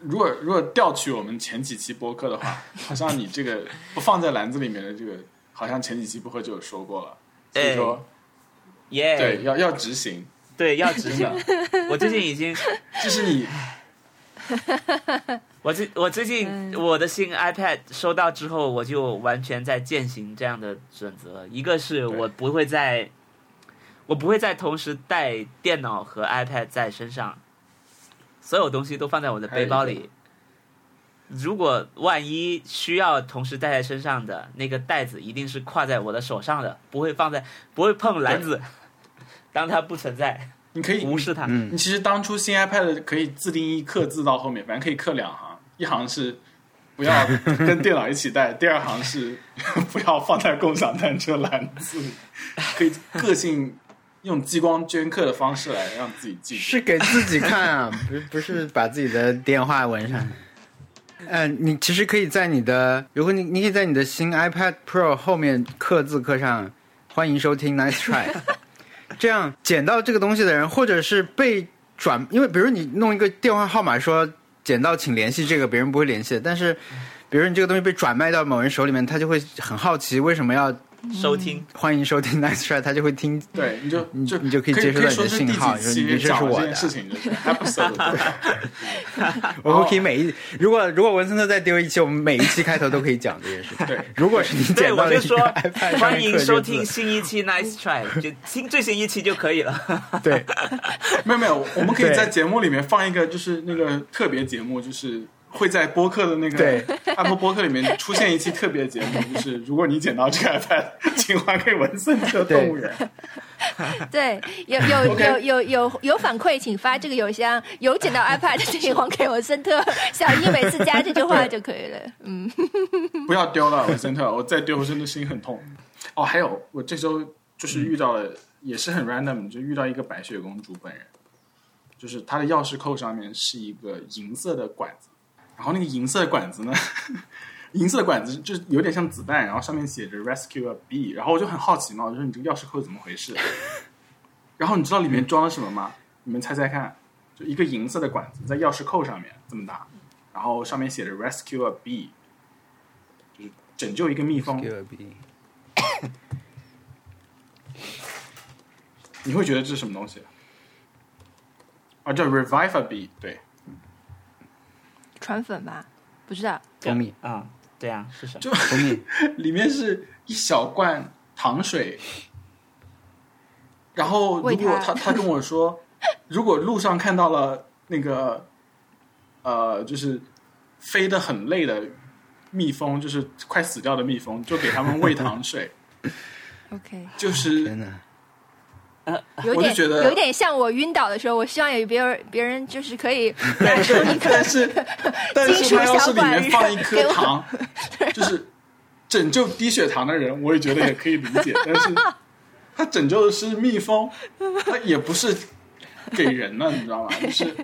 S2: 如果如果调取我们前几期播客的话， 好像你这个不放在篮子里面的这个，好像前几期播客就有说过了。所以说，
S3: 耶、
S2: 对，要要执行，
S3: 对，要执
S2: 真
S3: 行
S2: 的。，
S3: 我最近已经，
S2: 这是你
S3: 我最我最
S2: 嗯
S3: 近我的新 iPad 收到之后，我就完全在践行这样的准则。一个是我不会在，我不会再同时带电脑和 iPad 在身上，所有东西都放在我的背包
S2: 还有
S3: 里。如果万一需要同时带在身上的那个袋子，一定是挎在我的手上的，不会放在，不会碰篮子，当它不 存在，
S2: 你可以
S3: 无视它。
S2: 你其实当初新 iPad 可以自定义刻字到后面，反正可以刻两行，一行是不要跟电脑一起带，第二行是 不要放在共享单车篮子里，可以个性用激光镌刻的方式来让自己记住。
S1: 是给自己看啊， 不是不是把自己的电话纹上。呃，你其实可以在你的，如果你你可以在你的新 iPad Pro 后面刻字刻上“欢迎收听 Nice Try”，这样捡到这个东西的人，或者是被转，因为比如你弄一个电话号码说捡到请联系这个，别人不会联系的，但是比如你这个东西被转卖到某人手里面，他就会很好奇为什么要
S3: 收听，
S1: 欢迎收听 Nice Try，他就会听
S2: 对，你就
S1: 你
S2: 就
S1: 你就可以
S2: 可
S1: 接收
S2: 可
S1: 到
S2: 以
S1: 你
S2: 说
S1: 的
S2: 是
S1: 信号
S2: 第
S1: 说
S2: 几
S1: 你这
S2: 期
S1: 是
S2: 讲了这
S1: 我
S2: 件
S1: 的
S2: 事情，就是 episode。
S1: 我们
S3: 哦
S1: 可以每一，如果如果文森特再丢一期，我们每一期开头都可以讲这件事。
S2: 对，
S1: 如果是你
S3: 对，
S1: 捡
S3: 我
S1: 到了
S3: 就
S1: 一个
S3: 说
S1: iPad 上
S3: 欢
S1: 面
S3: 迎
S1: 刻
S3: 收
S1: 着
S3: 听
S1: 字，
S3: 新一期 Nice Try，就新最新一期就可以了。
S1: 对，
S2: 没有没有，我们可以
S1: 对
S2: 在节目里面放一个，就是那个特别节目，就是会在播客的那个
S1: 对
S2: Apple 播客里面出现一期特别节目，就是如果你捡到这个 iPad，请 还给文森特动物园。
S4: 对，有有
S2: OK
S4: 有有有有反馈，请发这个邮箱。有捡到 iPad 请还给我森特小一，每次加这句话就可以了。嗯，
S2: 不要丢了，文森特，我再丢我真的心很痛。哦，还有我这周就是遇到了，也是很 random，就遇到一个白雪公主本人，就是她的钥匙扣上面是一个银色的管子，然后那个银色的管子呢， 银色的管子就是有点像子弹，然后上面写着 Rescue a Bee，然后我就很好奇嘛，我就说你这个钥匙扣怎么回事？ 然后你知道里面装了什么吗？你们猜猜看，就一个银色的管子在钥匙扣上面这么大，然后上面写着 Rescue a Bee，就是拯救一个蜜蜂。
S1: Q B，
S2: 你会觉得这是什么东西？啊，叫 Revive a Bee，对，
S4: 传粉吧？不知道，
S1: 蜂蜜
S3: 啊、嗯，对啊，是什么？
S1: 蜂蜜，
S2: 里面是一小罐糖水。然后如
S4: 喂
S2: 果他他
S4: 它
S2: 跟我说，如果路上看到了那个呃，就是飞得很累的蜜蜂，就是快死掉的蜜蜂，就给他们喂糖水，
S4: OK，
S2: 就是
S1: 天哪！
S4: 有
S2: 我就
S4: 点
S2: 觉得
S4: 有点像我晕倒的时候，我希望有别人别人就是可以拿出一颗
S2: 但是，但是他要是里面放一颗糖，就是拯救低血糖的人，我也觉得也可以理解。但是，他拯救的是蜜蜂，他也不是给人了，你知道吗？就是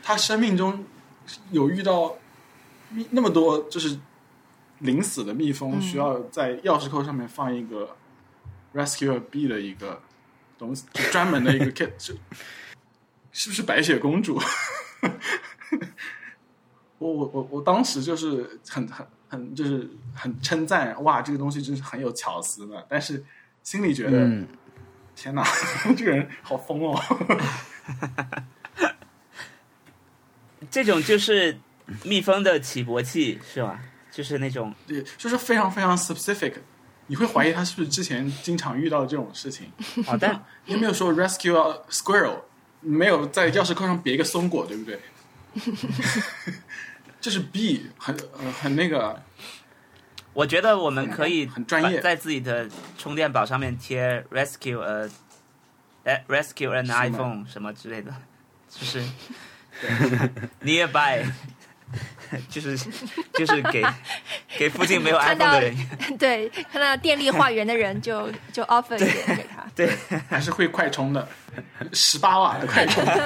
S2: 他生命中有遇到蜜那么多，就是临死的蜜蜂，需要在钥匙扣上面放一个 rescue a bee 的一个东西，就专门的一个 kit，是是不是白雪公主？ 我我我我当时就是很很很就是很称赞，哇，这个东西真是很有巧思的，但是心里觉得、
S1: 嗯，
S2: 天哪， 这个人好疯哦！
S3: 这种就是蜜蜂的起搏器是吧？就是那种
S2: 对，就是非常非常 specific，你会怀疑他是不是之前经常遇到这种事情？
S3: 哦，但
S2: 也没有说 rescue a squirrel，没有在钥匙扣上别一个松果，对不 对？这是 B，很呃很那个，
S3: 我觉得我们可以
S2: 很专业
S3: 把在自己的充电宝上面贴 rescue 呃，哎 rescue an
S2: 吗
S3: iPhone 什么之类的，就是 nearby，就是就是给给附近没有
S4: 看到
S3: iPhone 的人，
S4: 对看到电力化缘的人就就 offer 一点给他。
S3: 对，
S2: 还是会快充的，十八瓦的快充。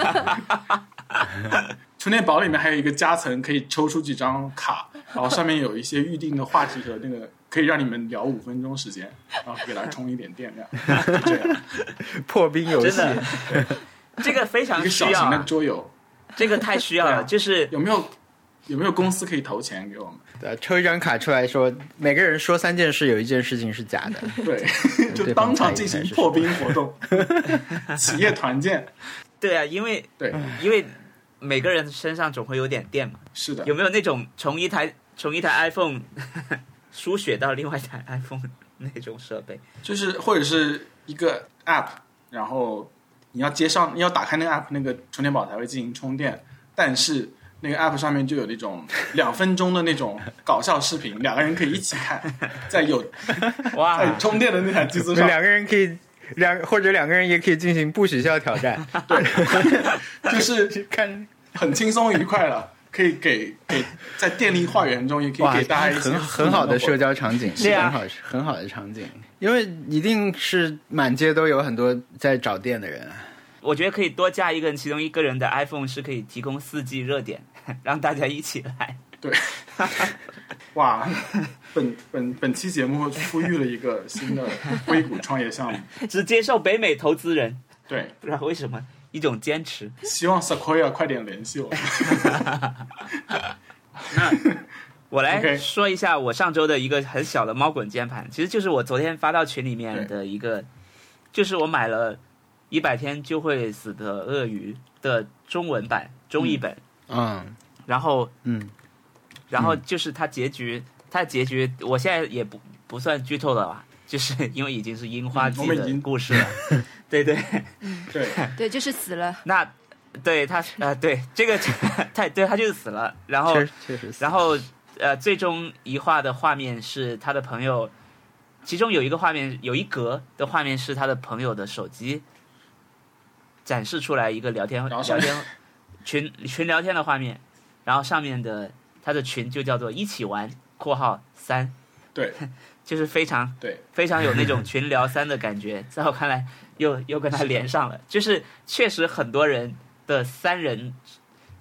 S2: 充电宝里面还有一个夹层，可以抽出几张卡，然后上面有一些预定的话题和那个可以让你们聊五分钟时间，然后给它充一点电量，就这样
S1: 嗯破冰游
S3: 真
S1: 戏，
S3: 的， 这个非
S2: 一
S3: 常
S2: 个
S3: 需
S2: 小
S3: 要
S2: 型的
S3: 啊，
S2: 桌游。
S3: 这个太需要
S2: 对
S3: 了，
S2: 啊
S3: 就是
S2: 有没有有没有公司可以投钱给我们？
S1: 对抽一张卡出来说，每个人说三件事，有一件事情是假 的。
S2: 对，就
S1: 对
S2: 当场
S1: 方
S2: 进
S1: 才
S2: 行
S1: 是
S2: 破冰活动， 企业团建。
S3: 对啊，因为
S2: 对，
S3: 因为每个人身上总会有点电嘛。
S2: 是的
S3: 有，没有那种从一台从一台 iPhone 输血到另外一台 iPhone 那种设 备？
S2: 就是或者是一个 app，然后你要接上，你要打开那个 app，那个充电宝才会进行充电，但是。那个 app 上面就有那 种两分钟的那种搞笑视频，两个人可以一起看，在 有在
S3: 哇，
S2: 充电的那台机子上，
S1: 啊两个人可以两，或者两个人也可以进行不许笑挑 战，
S2: 就是
S1: 看
S2: 很轻松愉快了，可以给给在电力化缘中也可
S1: 哇，
S2: 以给大家一些
S1: 很很好的社
S2: 交。
S1: 交场景，
S3: 对啊
S1: 很好很好的场景，因为一定是满街都有很多在找店的人啊，
S3: 我觉得可以多加一个人，其中一个人的 iPhone 是可以提供四 G 热点， 让大家一起来。
S2: 对， 哇，本本本期节目呼吁了一个新的硅谷创业项目。
S3: 只接受北美投资人，
S2: 对，
S3: 不知道为什么一种坚持。
S2: 希望 Sequoia 快点联系我。
S3: 我来
S2: OK
S3: 说一下我上周的一个很小的猫滚键盘，其实就是我昨天发到群里面的一个，就是我买了《一百天就会死的鳄鱼》的中文版中译本，
S1: 嗯
S3: 然后
S1: 嗯，
S2: 嗯
S3: 然后就是它结局，它结局我现在也不不算剧透了吧，就是因为已经是樱花
S2: 嗯我
S3: 季
S2: 们已
S3: 的
S2: 经
S3: 故 事了，对对，
S2: 对，
S4: 对，就是死了。
S3: 那对他呃对这个 太对他就是死了，然后
S1: 确确实是，
S3: 然后呃，最终一画的画面是他的朋友，其中有一个画面有一格的画面是他的朋友的手机展示出来一个聊天
S2: 然
S3: 聊
S2: 后上面
S3: 天群群聊天的画面，然后上面的他的群就叫做一起玩（括号三
S2: 对，），
S3: 就是非常
S2: 对
S3: 非常有那种群聊三的感觉，在我看来又又跟他连上了，就是确实很多人的三人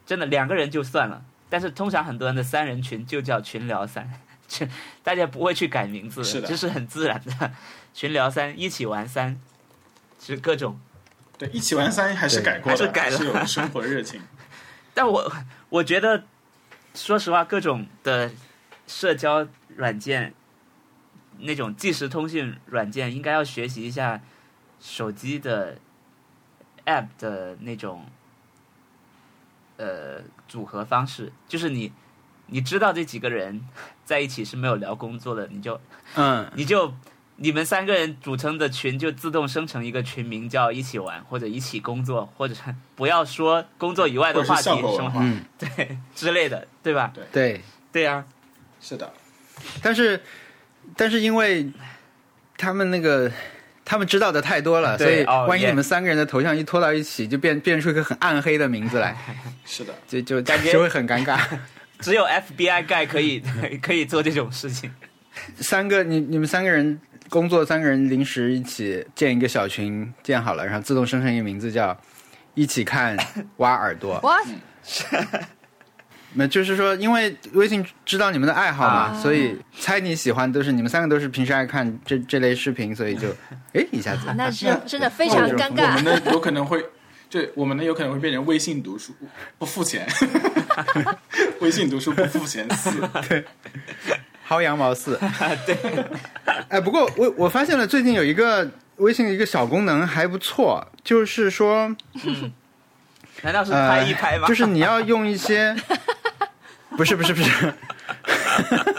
S3: 真的两个人就算了，但是通常很多人的三人群就叫群聊三， 群大家不会去改名字，
S2: 是的
S3: 这是很自然的。群聊三，一起玩三，是各种。
S2: 对，一起玩三还是
S1: 对
S2: 改过
S3: 还是
S2: 的，
S3: 改了
S2: 是 有生活热情。
S3: 但我我觉得，说实话，各种的社交软件，那种即时通信软件，应该要学习一下手机的 App 的那种呃组合方式，就是你你知道这几个人在一起是没有聊工作的，你就
S1: 嗯，
S3: 你就你们三个人组成的群就自动生成一个群名叫一起玩或者一起工作，或者是不要说工作以外的话题
S2: 或者是效果文
S3: 什么
S2: 化
S1: 嗯，
S3: 对之类的，对吧？
S1: 对。
S3: 对啊呀、
S2: 是的，
S1: 但是，但是因为他们那个他们知道的太多了，所
S3: 对
S1: 以
S3: 哦
S1: 万一
S3: 也
S1: 你们三个人的头像一拖到一起，就变变出一个很暗黑的名字来，
S2: 是的，
S1: 就就
S3: 感觉
S1: 就会很尴尬。
S3: 只有 FBI 盖可以 可以做这种 事情。
S1: 三个你你们三个人工作，三个人临时一起建一个小群，建好了，然后自动生成一个名字叫“一起看挖耳朵
S4: 哇，”。
S1: 那就是说，因为微信知道你们的爱好嘛，
S3: 啊
S1: 所以猜你喜欢都是你们三个都是平时爱看这这类视频，所以就哎一下子
S4: 那啊是哦真的非
S1: 或
S4: 常
S1: 者
S4: 尴
S2: 我
S4: 尬
S2: 们。 的有可能会，对，我们的有可能会变成微信读书不付钱， 微信读书不付钱四，
S1: 薅羊毛似。对， 哎，不过我我发现了最近有一个微信的一个小功能还不错，就是说
S3: 难道是拍一拍吗？
S1: 呃？就是你要用一些，不是不是不是，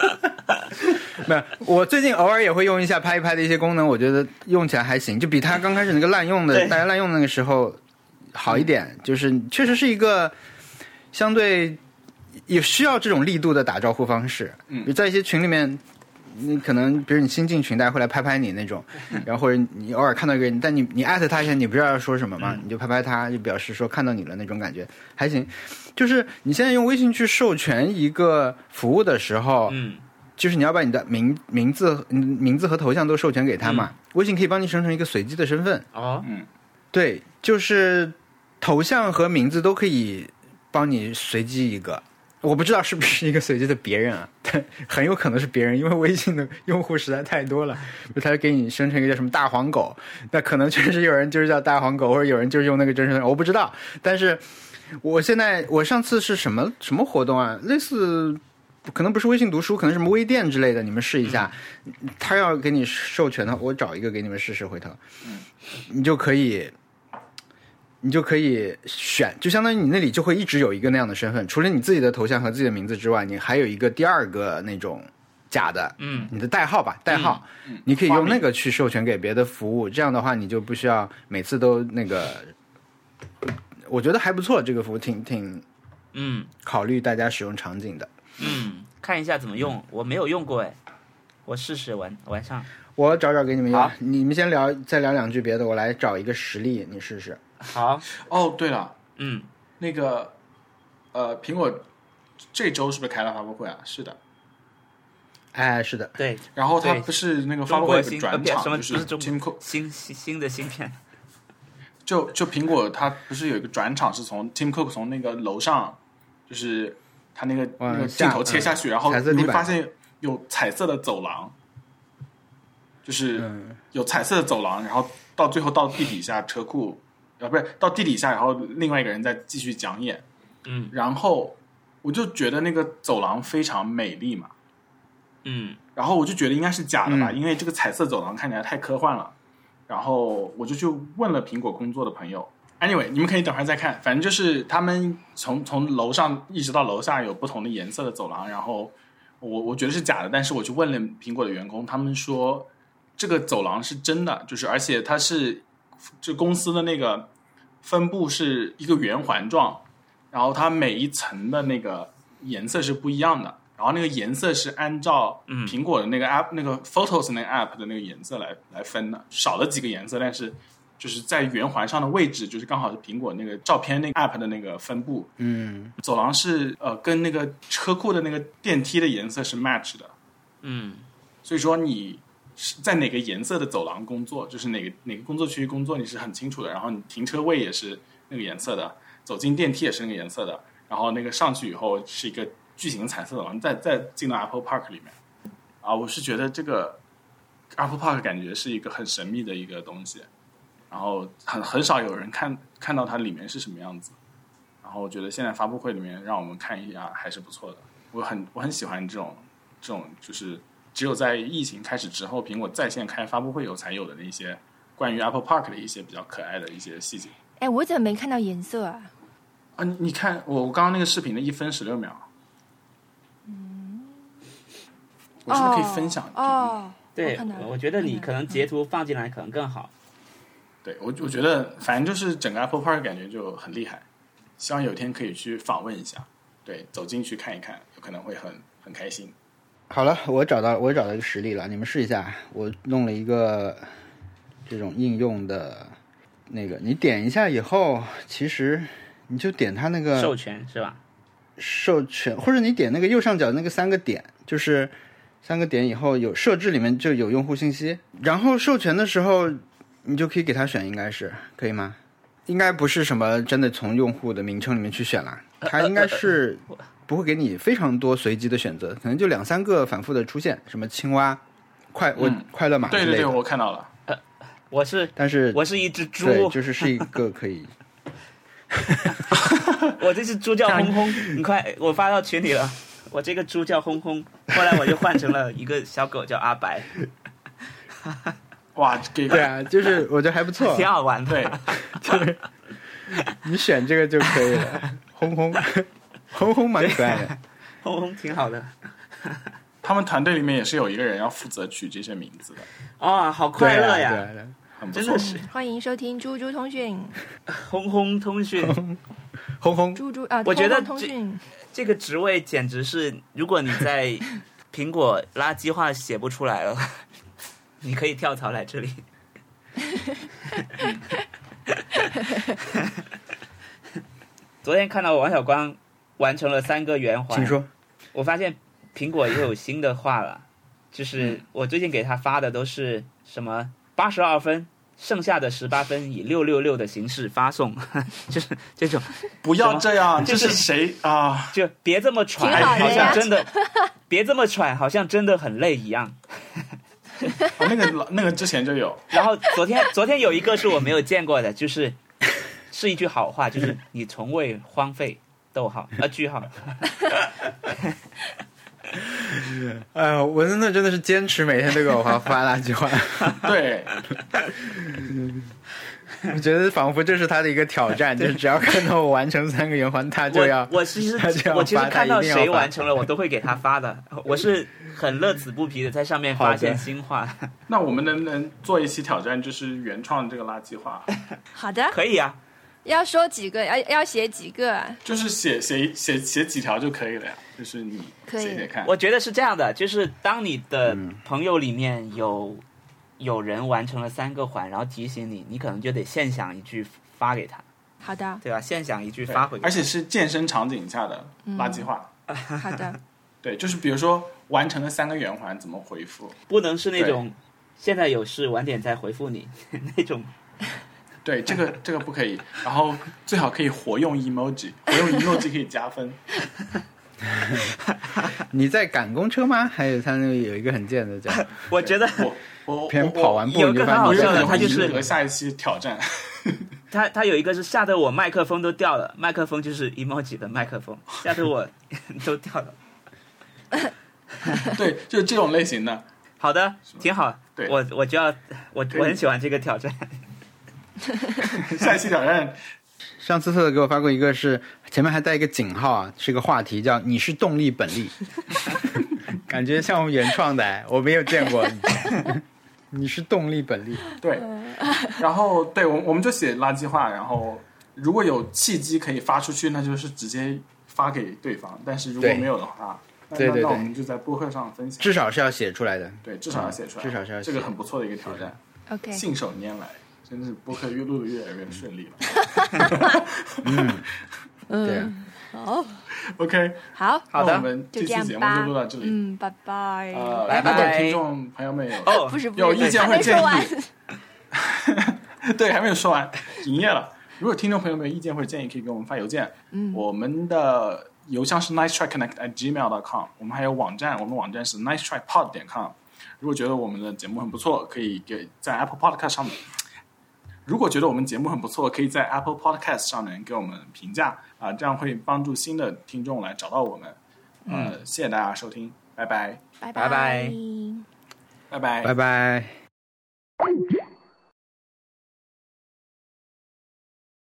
S1: 没有。我最近偶尔也会用一下拍一拍的一些功能，我觉得用起来还行，就比它刚开始那个滥用的
S3: 对
S1: 大家滥用的那个时候好一点。就是确实是一个相对也需要这种力度的打招呼方式，
S2: 嗯
S1: 比如在一些群里面。你可能，比如你新进群，大家会来拍拍你那种，然后或者你偶尔看到一个人，但你你艾特他一下，你不知道要说什么嘛，你就拍拍他，就表示说看到你了那种感觉，还行。就是你现在用微信去授权一个服务的时候，
S3: 嗯，
S1: 就是你要把你的名名字、嗯名字和头像都授权给他嘛，微信可以帮你生成一个随机的身份，
S3: 哦，
S2: 嗯，
S1: 对，就是头像和名字都可以帮你随机一个。我不知道是不是一个随机的别人啊，但 很有可能是别人，因为微信的用户实在太多了，他就给你生成一个叫什么大黄狗，那可能确实有人就是叫大黄狗，或者有人就是用那个真实的，我不知道。但是我现在我上次是什么什么活动啊？类似可能不是微信读书，可能什么微店之类的，你们试一下。他要给你授权的话，我找一个给你们试试，回头你就可以你就可以选，就相当于你那里就会一直有一个那样的身份，除了你自己的头像和自己的名字之外，你还有一个第二个那种假的，
S3: 嗯，
S1: 你的代号吧，代号，你可以用那个去授权给别的服务，这样的话你就不需要每次都那个。我觉得还不错，这个服务挺挺
S3: 嗯
S1: 考虑大家使用场景的。
S3: 嗯，看一下怎么用，我没有用过哎，我试试晚晚上。
S1: 我找找给你们用
S3: 好，
S1: 你们先聊，再聊两句别的，我来找一个实例，你试试。
S3: 好，
S2: 哦，对了，
S3: 嗯，
S2: 那个呃，苹果这周是不是开了发布会啊？是的，
S1: 哎，是的，
S3: 对，
S2: 然后它
S3: 对
S2: 不是那个发
S3: 中
S2: 布会
S3: 国新呃
S2: 转
S3: 不是
S2: 场，
S3: 什么
S2: 就
S3: 不是中
S2: Tim Cook
S3: 新新新的芯片，
S2: 就就苹果它不是有一个转场是从 Tim Cook 从那个楼上，就是他那个
S1: 往
S2: 那个
S1: 下呃
S2: 镜头切下去，然后
S1: 彩色
S2: 你
S1: 地
S2: 会
S1: 板
S2: 发现有彩色的走廊，就是
S1: 嗯，
S2: 有彩色的走廊，然后到最后到地底下车库，呃，不是到地底下，然后另外一个人再继续讲演，
S3: 嗯
S2: 然后我就觉得那个走廊非常美丽嘛，
S3: 嗯
S2: 然后我就觉得应该是假的吧，
S1: 嗯
S2: 因为这个彩色走廊看起来太科幻了。然后我就去问了苹果工作的朋友。Anyway，你们可以等会儿再看，反正就是他们从从楼上一直到楼下有不同的颜色的走廊，然后我我觉得是假的，但是我去问了苹果的员工，他们说这个走廊是真的，就是而且它是这公司的那个分布是一个圆环状，然后它每一层的那个颜色是不一样的，然后那个颜色是按照
S3: 嗯
S2: 苹果的那个 app、那个 Photos 那个 app 的那个颜色来来分的，少了几个颜色，但是就是在圆环上的位置，就是刚好是苹果那个照片那个 app 的那个分布，
S1: 嗯，
S2: 走廊是呃跟那个车库的那个电梯的颜色是 match 的，
S3: 嗯
S2: 所以说你是在哪个颜色的走廊工作，就是哪个哪个工作区域工作，你是很清楚的。然后你停车位也是那个颜色的，走进电梯也是那个颜色的，然后那个上去以后是一个巨型彩色的嘛，再再进到 Apple Park 里面啊，我是觉得这个 Apple Park 感觉是一个很神秘的一个东西，然后很很少有人看看到它里面是什么样子，然后我觉得现在发布会里面让我们看一下还是不错的，我很我很喜欢这种这种就是只有在疫情开始之后，苹果在线开发布会以后才有的那些关于 Apple Park 的一些比较可爱的一些细节。
S4: 哎，我怎么没看到颜色啊？
S2: 啊，你你看我我刚刚那个视频的一分十六秒，嗯，我是不是可以分享给你？
S4: 哦，
S3: 对
S4: 我看到，了
S3: 我觉得你
S4: 看到
S3: 可
S4: 了嗯
S3: 能截图放进来可能更好。
S2: 对我我觉得反正就是整个 Apple Park 感觉就很厉害，希望有天可以去访问一下，对，走进去看一看，有可能会很很开心。
S1: 好了，我找到我找到一个实例了，你们试一下。我弄了一个这种应用的那个，你点一下以后，其实你就点它那个
S3: 授权是吧？
S1: 授权，或者你点那个右上角那个三个点，就是三个点以后有设置里面就有用户信息，然后授权的时候你就可以给他选，应该是可以吗？应该不是什么真的从用户的名称里面去选啦，它应该是不会给你非常多随机的选择，可能就两三个反复的出现，什么青蛙、快我、
S2: 嗯
S1: 快乐马之
S2: 对
S1: 类的。
S2: 对对，我看到了，
S3: 我是
S1: 但是
S3: 我是一只猪，
S1: 对，就是是一个可以
S3: 我这只猪叫轰轰，你快，我发到群里了。我这个猪叫轰轰，后来我就换成了一个小狗叫阿 白，
S2: 哇，给
S1: 对啊，就是我觉得还不 错
S3: 挺，好玩的。
S2: 对，
S1: 就是 你选这个就可以 了，轰轰轰轰蛮可爱的。
S3: 轰轰挺好的。
S2: 他们团队里面也是有一个人要负责取这些名字的，
S3: 啊、好 快乐
S1: 对
S3: 呀！
S1: 啊对啊
S2: 很不
S3: 真
S2: 错
S3: 的。是
S4: 欢迎收听猪猪通讯，
S3: 轰轰通讯
S1: 轰轰，
S4: 猪猪啊，
S3: 我觉得
S4: 通通
S3: 这
S4: 讯
S3: 这个职位简直是，如果你在苹果垃圾话写不出来了， 你可以跳槽来 这里。昨天看到王小光完成了三个圆环，
S1: 请说。
S3: 我发现苹果也有新的话了，
S2: 嗯
S3: 就是我最近给他发的都是什么八十二分，剩下的十八分以六六六的形式发送， 就是这种，
S2: 不要这样，
S3: 就
S2: 这
S3: 是
S2: 是谁啊？
S3: 就别这么喘，
S4: 挺
S2: 好的呀
S3: 好像真的，别这么喘，好像真的很累一样。
S2: 啊那个老那个之前就有，
S3: 然后 昨天昨天有一个是我没有见过的，就是是一句好话，就是你从未荒废。逗号啊，句号，
S1: 哎呦，文森特真的是坚持每天都给我发发垃圾 话，
S2: 对，
S1: 我觉得仿佛这是他的一个挑 战，就是只要看到我完成三个圆环，他就要
S3: 我。我其实
S1: 他就要
S3: 我其实
S1: 发
S3: 看到
S1: 他一定要发
S3: 谁完成了，我都会给他发 的。我是很乐此不疲的在上面发现
S1: 好的
S3: 新 话，
S2: 那我们能不能做一期挑战，就是原创这个垃圾话？
S4: 好的，
S3: 可以啊，
S4: 要说几个，要要写几个啊？
S2: 就是写写写写几条就可以了呀，就是你
S4: 可以
S2: 写写看。
S3: 我觉得是这样的，就是当你的
S1: 嗯
S3: 朋友里面有有人完成了三个环，然后提醒你，你可能就得现想一句发给他，
S4: 好的，
S3: 对吧？现想一句
S2: 对
S3: 发回
S2: 而
S3: 去。
S2: 且是健身场景下的垃圾话。
S4: 嗯好 的，
S2: 对，就是比如说完成了三个圆环，怎么回复？
S3: 不能是那种现在有事晚点再回复你 那种。
S2: 对，这个这个不可以。然后最好可以活用 emoji，活用 emoji 可以加分。
S1: 你在赶公车吗？还有他那个有一个很贱 的叫，
S3: 我觉得
S2: 我我
S1: 偏跑完步
S3: 有
S1: 你就
S3: 个很
S1: 发现
S3: 好
S2: 我有
S3: 笑
S2: 可
S3: 的，
S2: 能
S3: 他
S2: 会
S3: 就
S2: 赢
S3: 是
S2: 得下一期挑战。
S3: 他他有一个是吓得我麦克风都掉了，麦克风就是 emoji 的麦克风，吓得我 都掉了。
S2: 对，就是这种类型的。
S3: 好的，挺好，
S2: 对
S3: 我我就要我
S2: 对
S3: 我很喜欢这个挑战。
S2: 下一期挑战
S1: 上次特特给我发过一个是前面还带一个井号啊，是个话题叫“你是动力本力”， 感觉像我们原创的哎，我没有见过。 你是动力本力，
S2: 对，
S3: 嗯
S2: 然后对我我们就写垃圾话，然后如果有契机可以发出去，那就是直接发给对方；但是如果
S1: 对
S2: 没有的话，那
S1: 对
S2: 那
S1: 对
S2: 那
S1: 对
S2: 我们就在播客上分享。
S1: 至少是要写出来的。
S2: 对，至少要写出来，
S1: 至少是要
S2: 这
S1: 写
S2: 个很不错的一个挑战，
S4: OK，
S2: 信手拈来，真是播客越录的越来越顺利了。
S1: 对啊
S4: 嗯，好，
S3: 嗯
S2: OK，
S4: 好，
S3: 好
S2: 那我
S3: 的，
S2: 们这
S4: 就这
S2: 期
S4: 样
S2: 节目
S4: 吧
S2: 就录到这里。
S4: 嗯，拜拜。
S2: 呃，
S3: 拜拜
S2: 如果听众朋友们有
S3: 哦，
S4: 不是不是，
S2: 有意见
S4: 还没
S2: 会建
S4: 说完
S2: 议，对，还没有说完，营业了。如果听众朋友们有意见或者建议，可以给我们发邮件。
S4: 嗯
S2: 我们的邮箱是 nice try connect at gmail com，我们还有网站，我们网站是 nice try pod 点 com。如果觉得我们的节目很不错，可以给在 Apple Podcast 上面。如果觉得我们节目很不错，可以在 Apple Podcast 上面给我们评价啊、这样会帮助新的听众来找到我们。呃，谢谢大家收听，拜拜，
S4: 拜
S3: 拜拜
S2: 拜拜，
S1: 拜拜。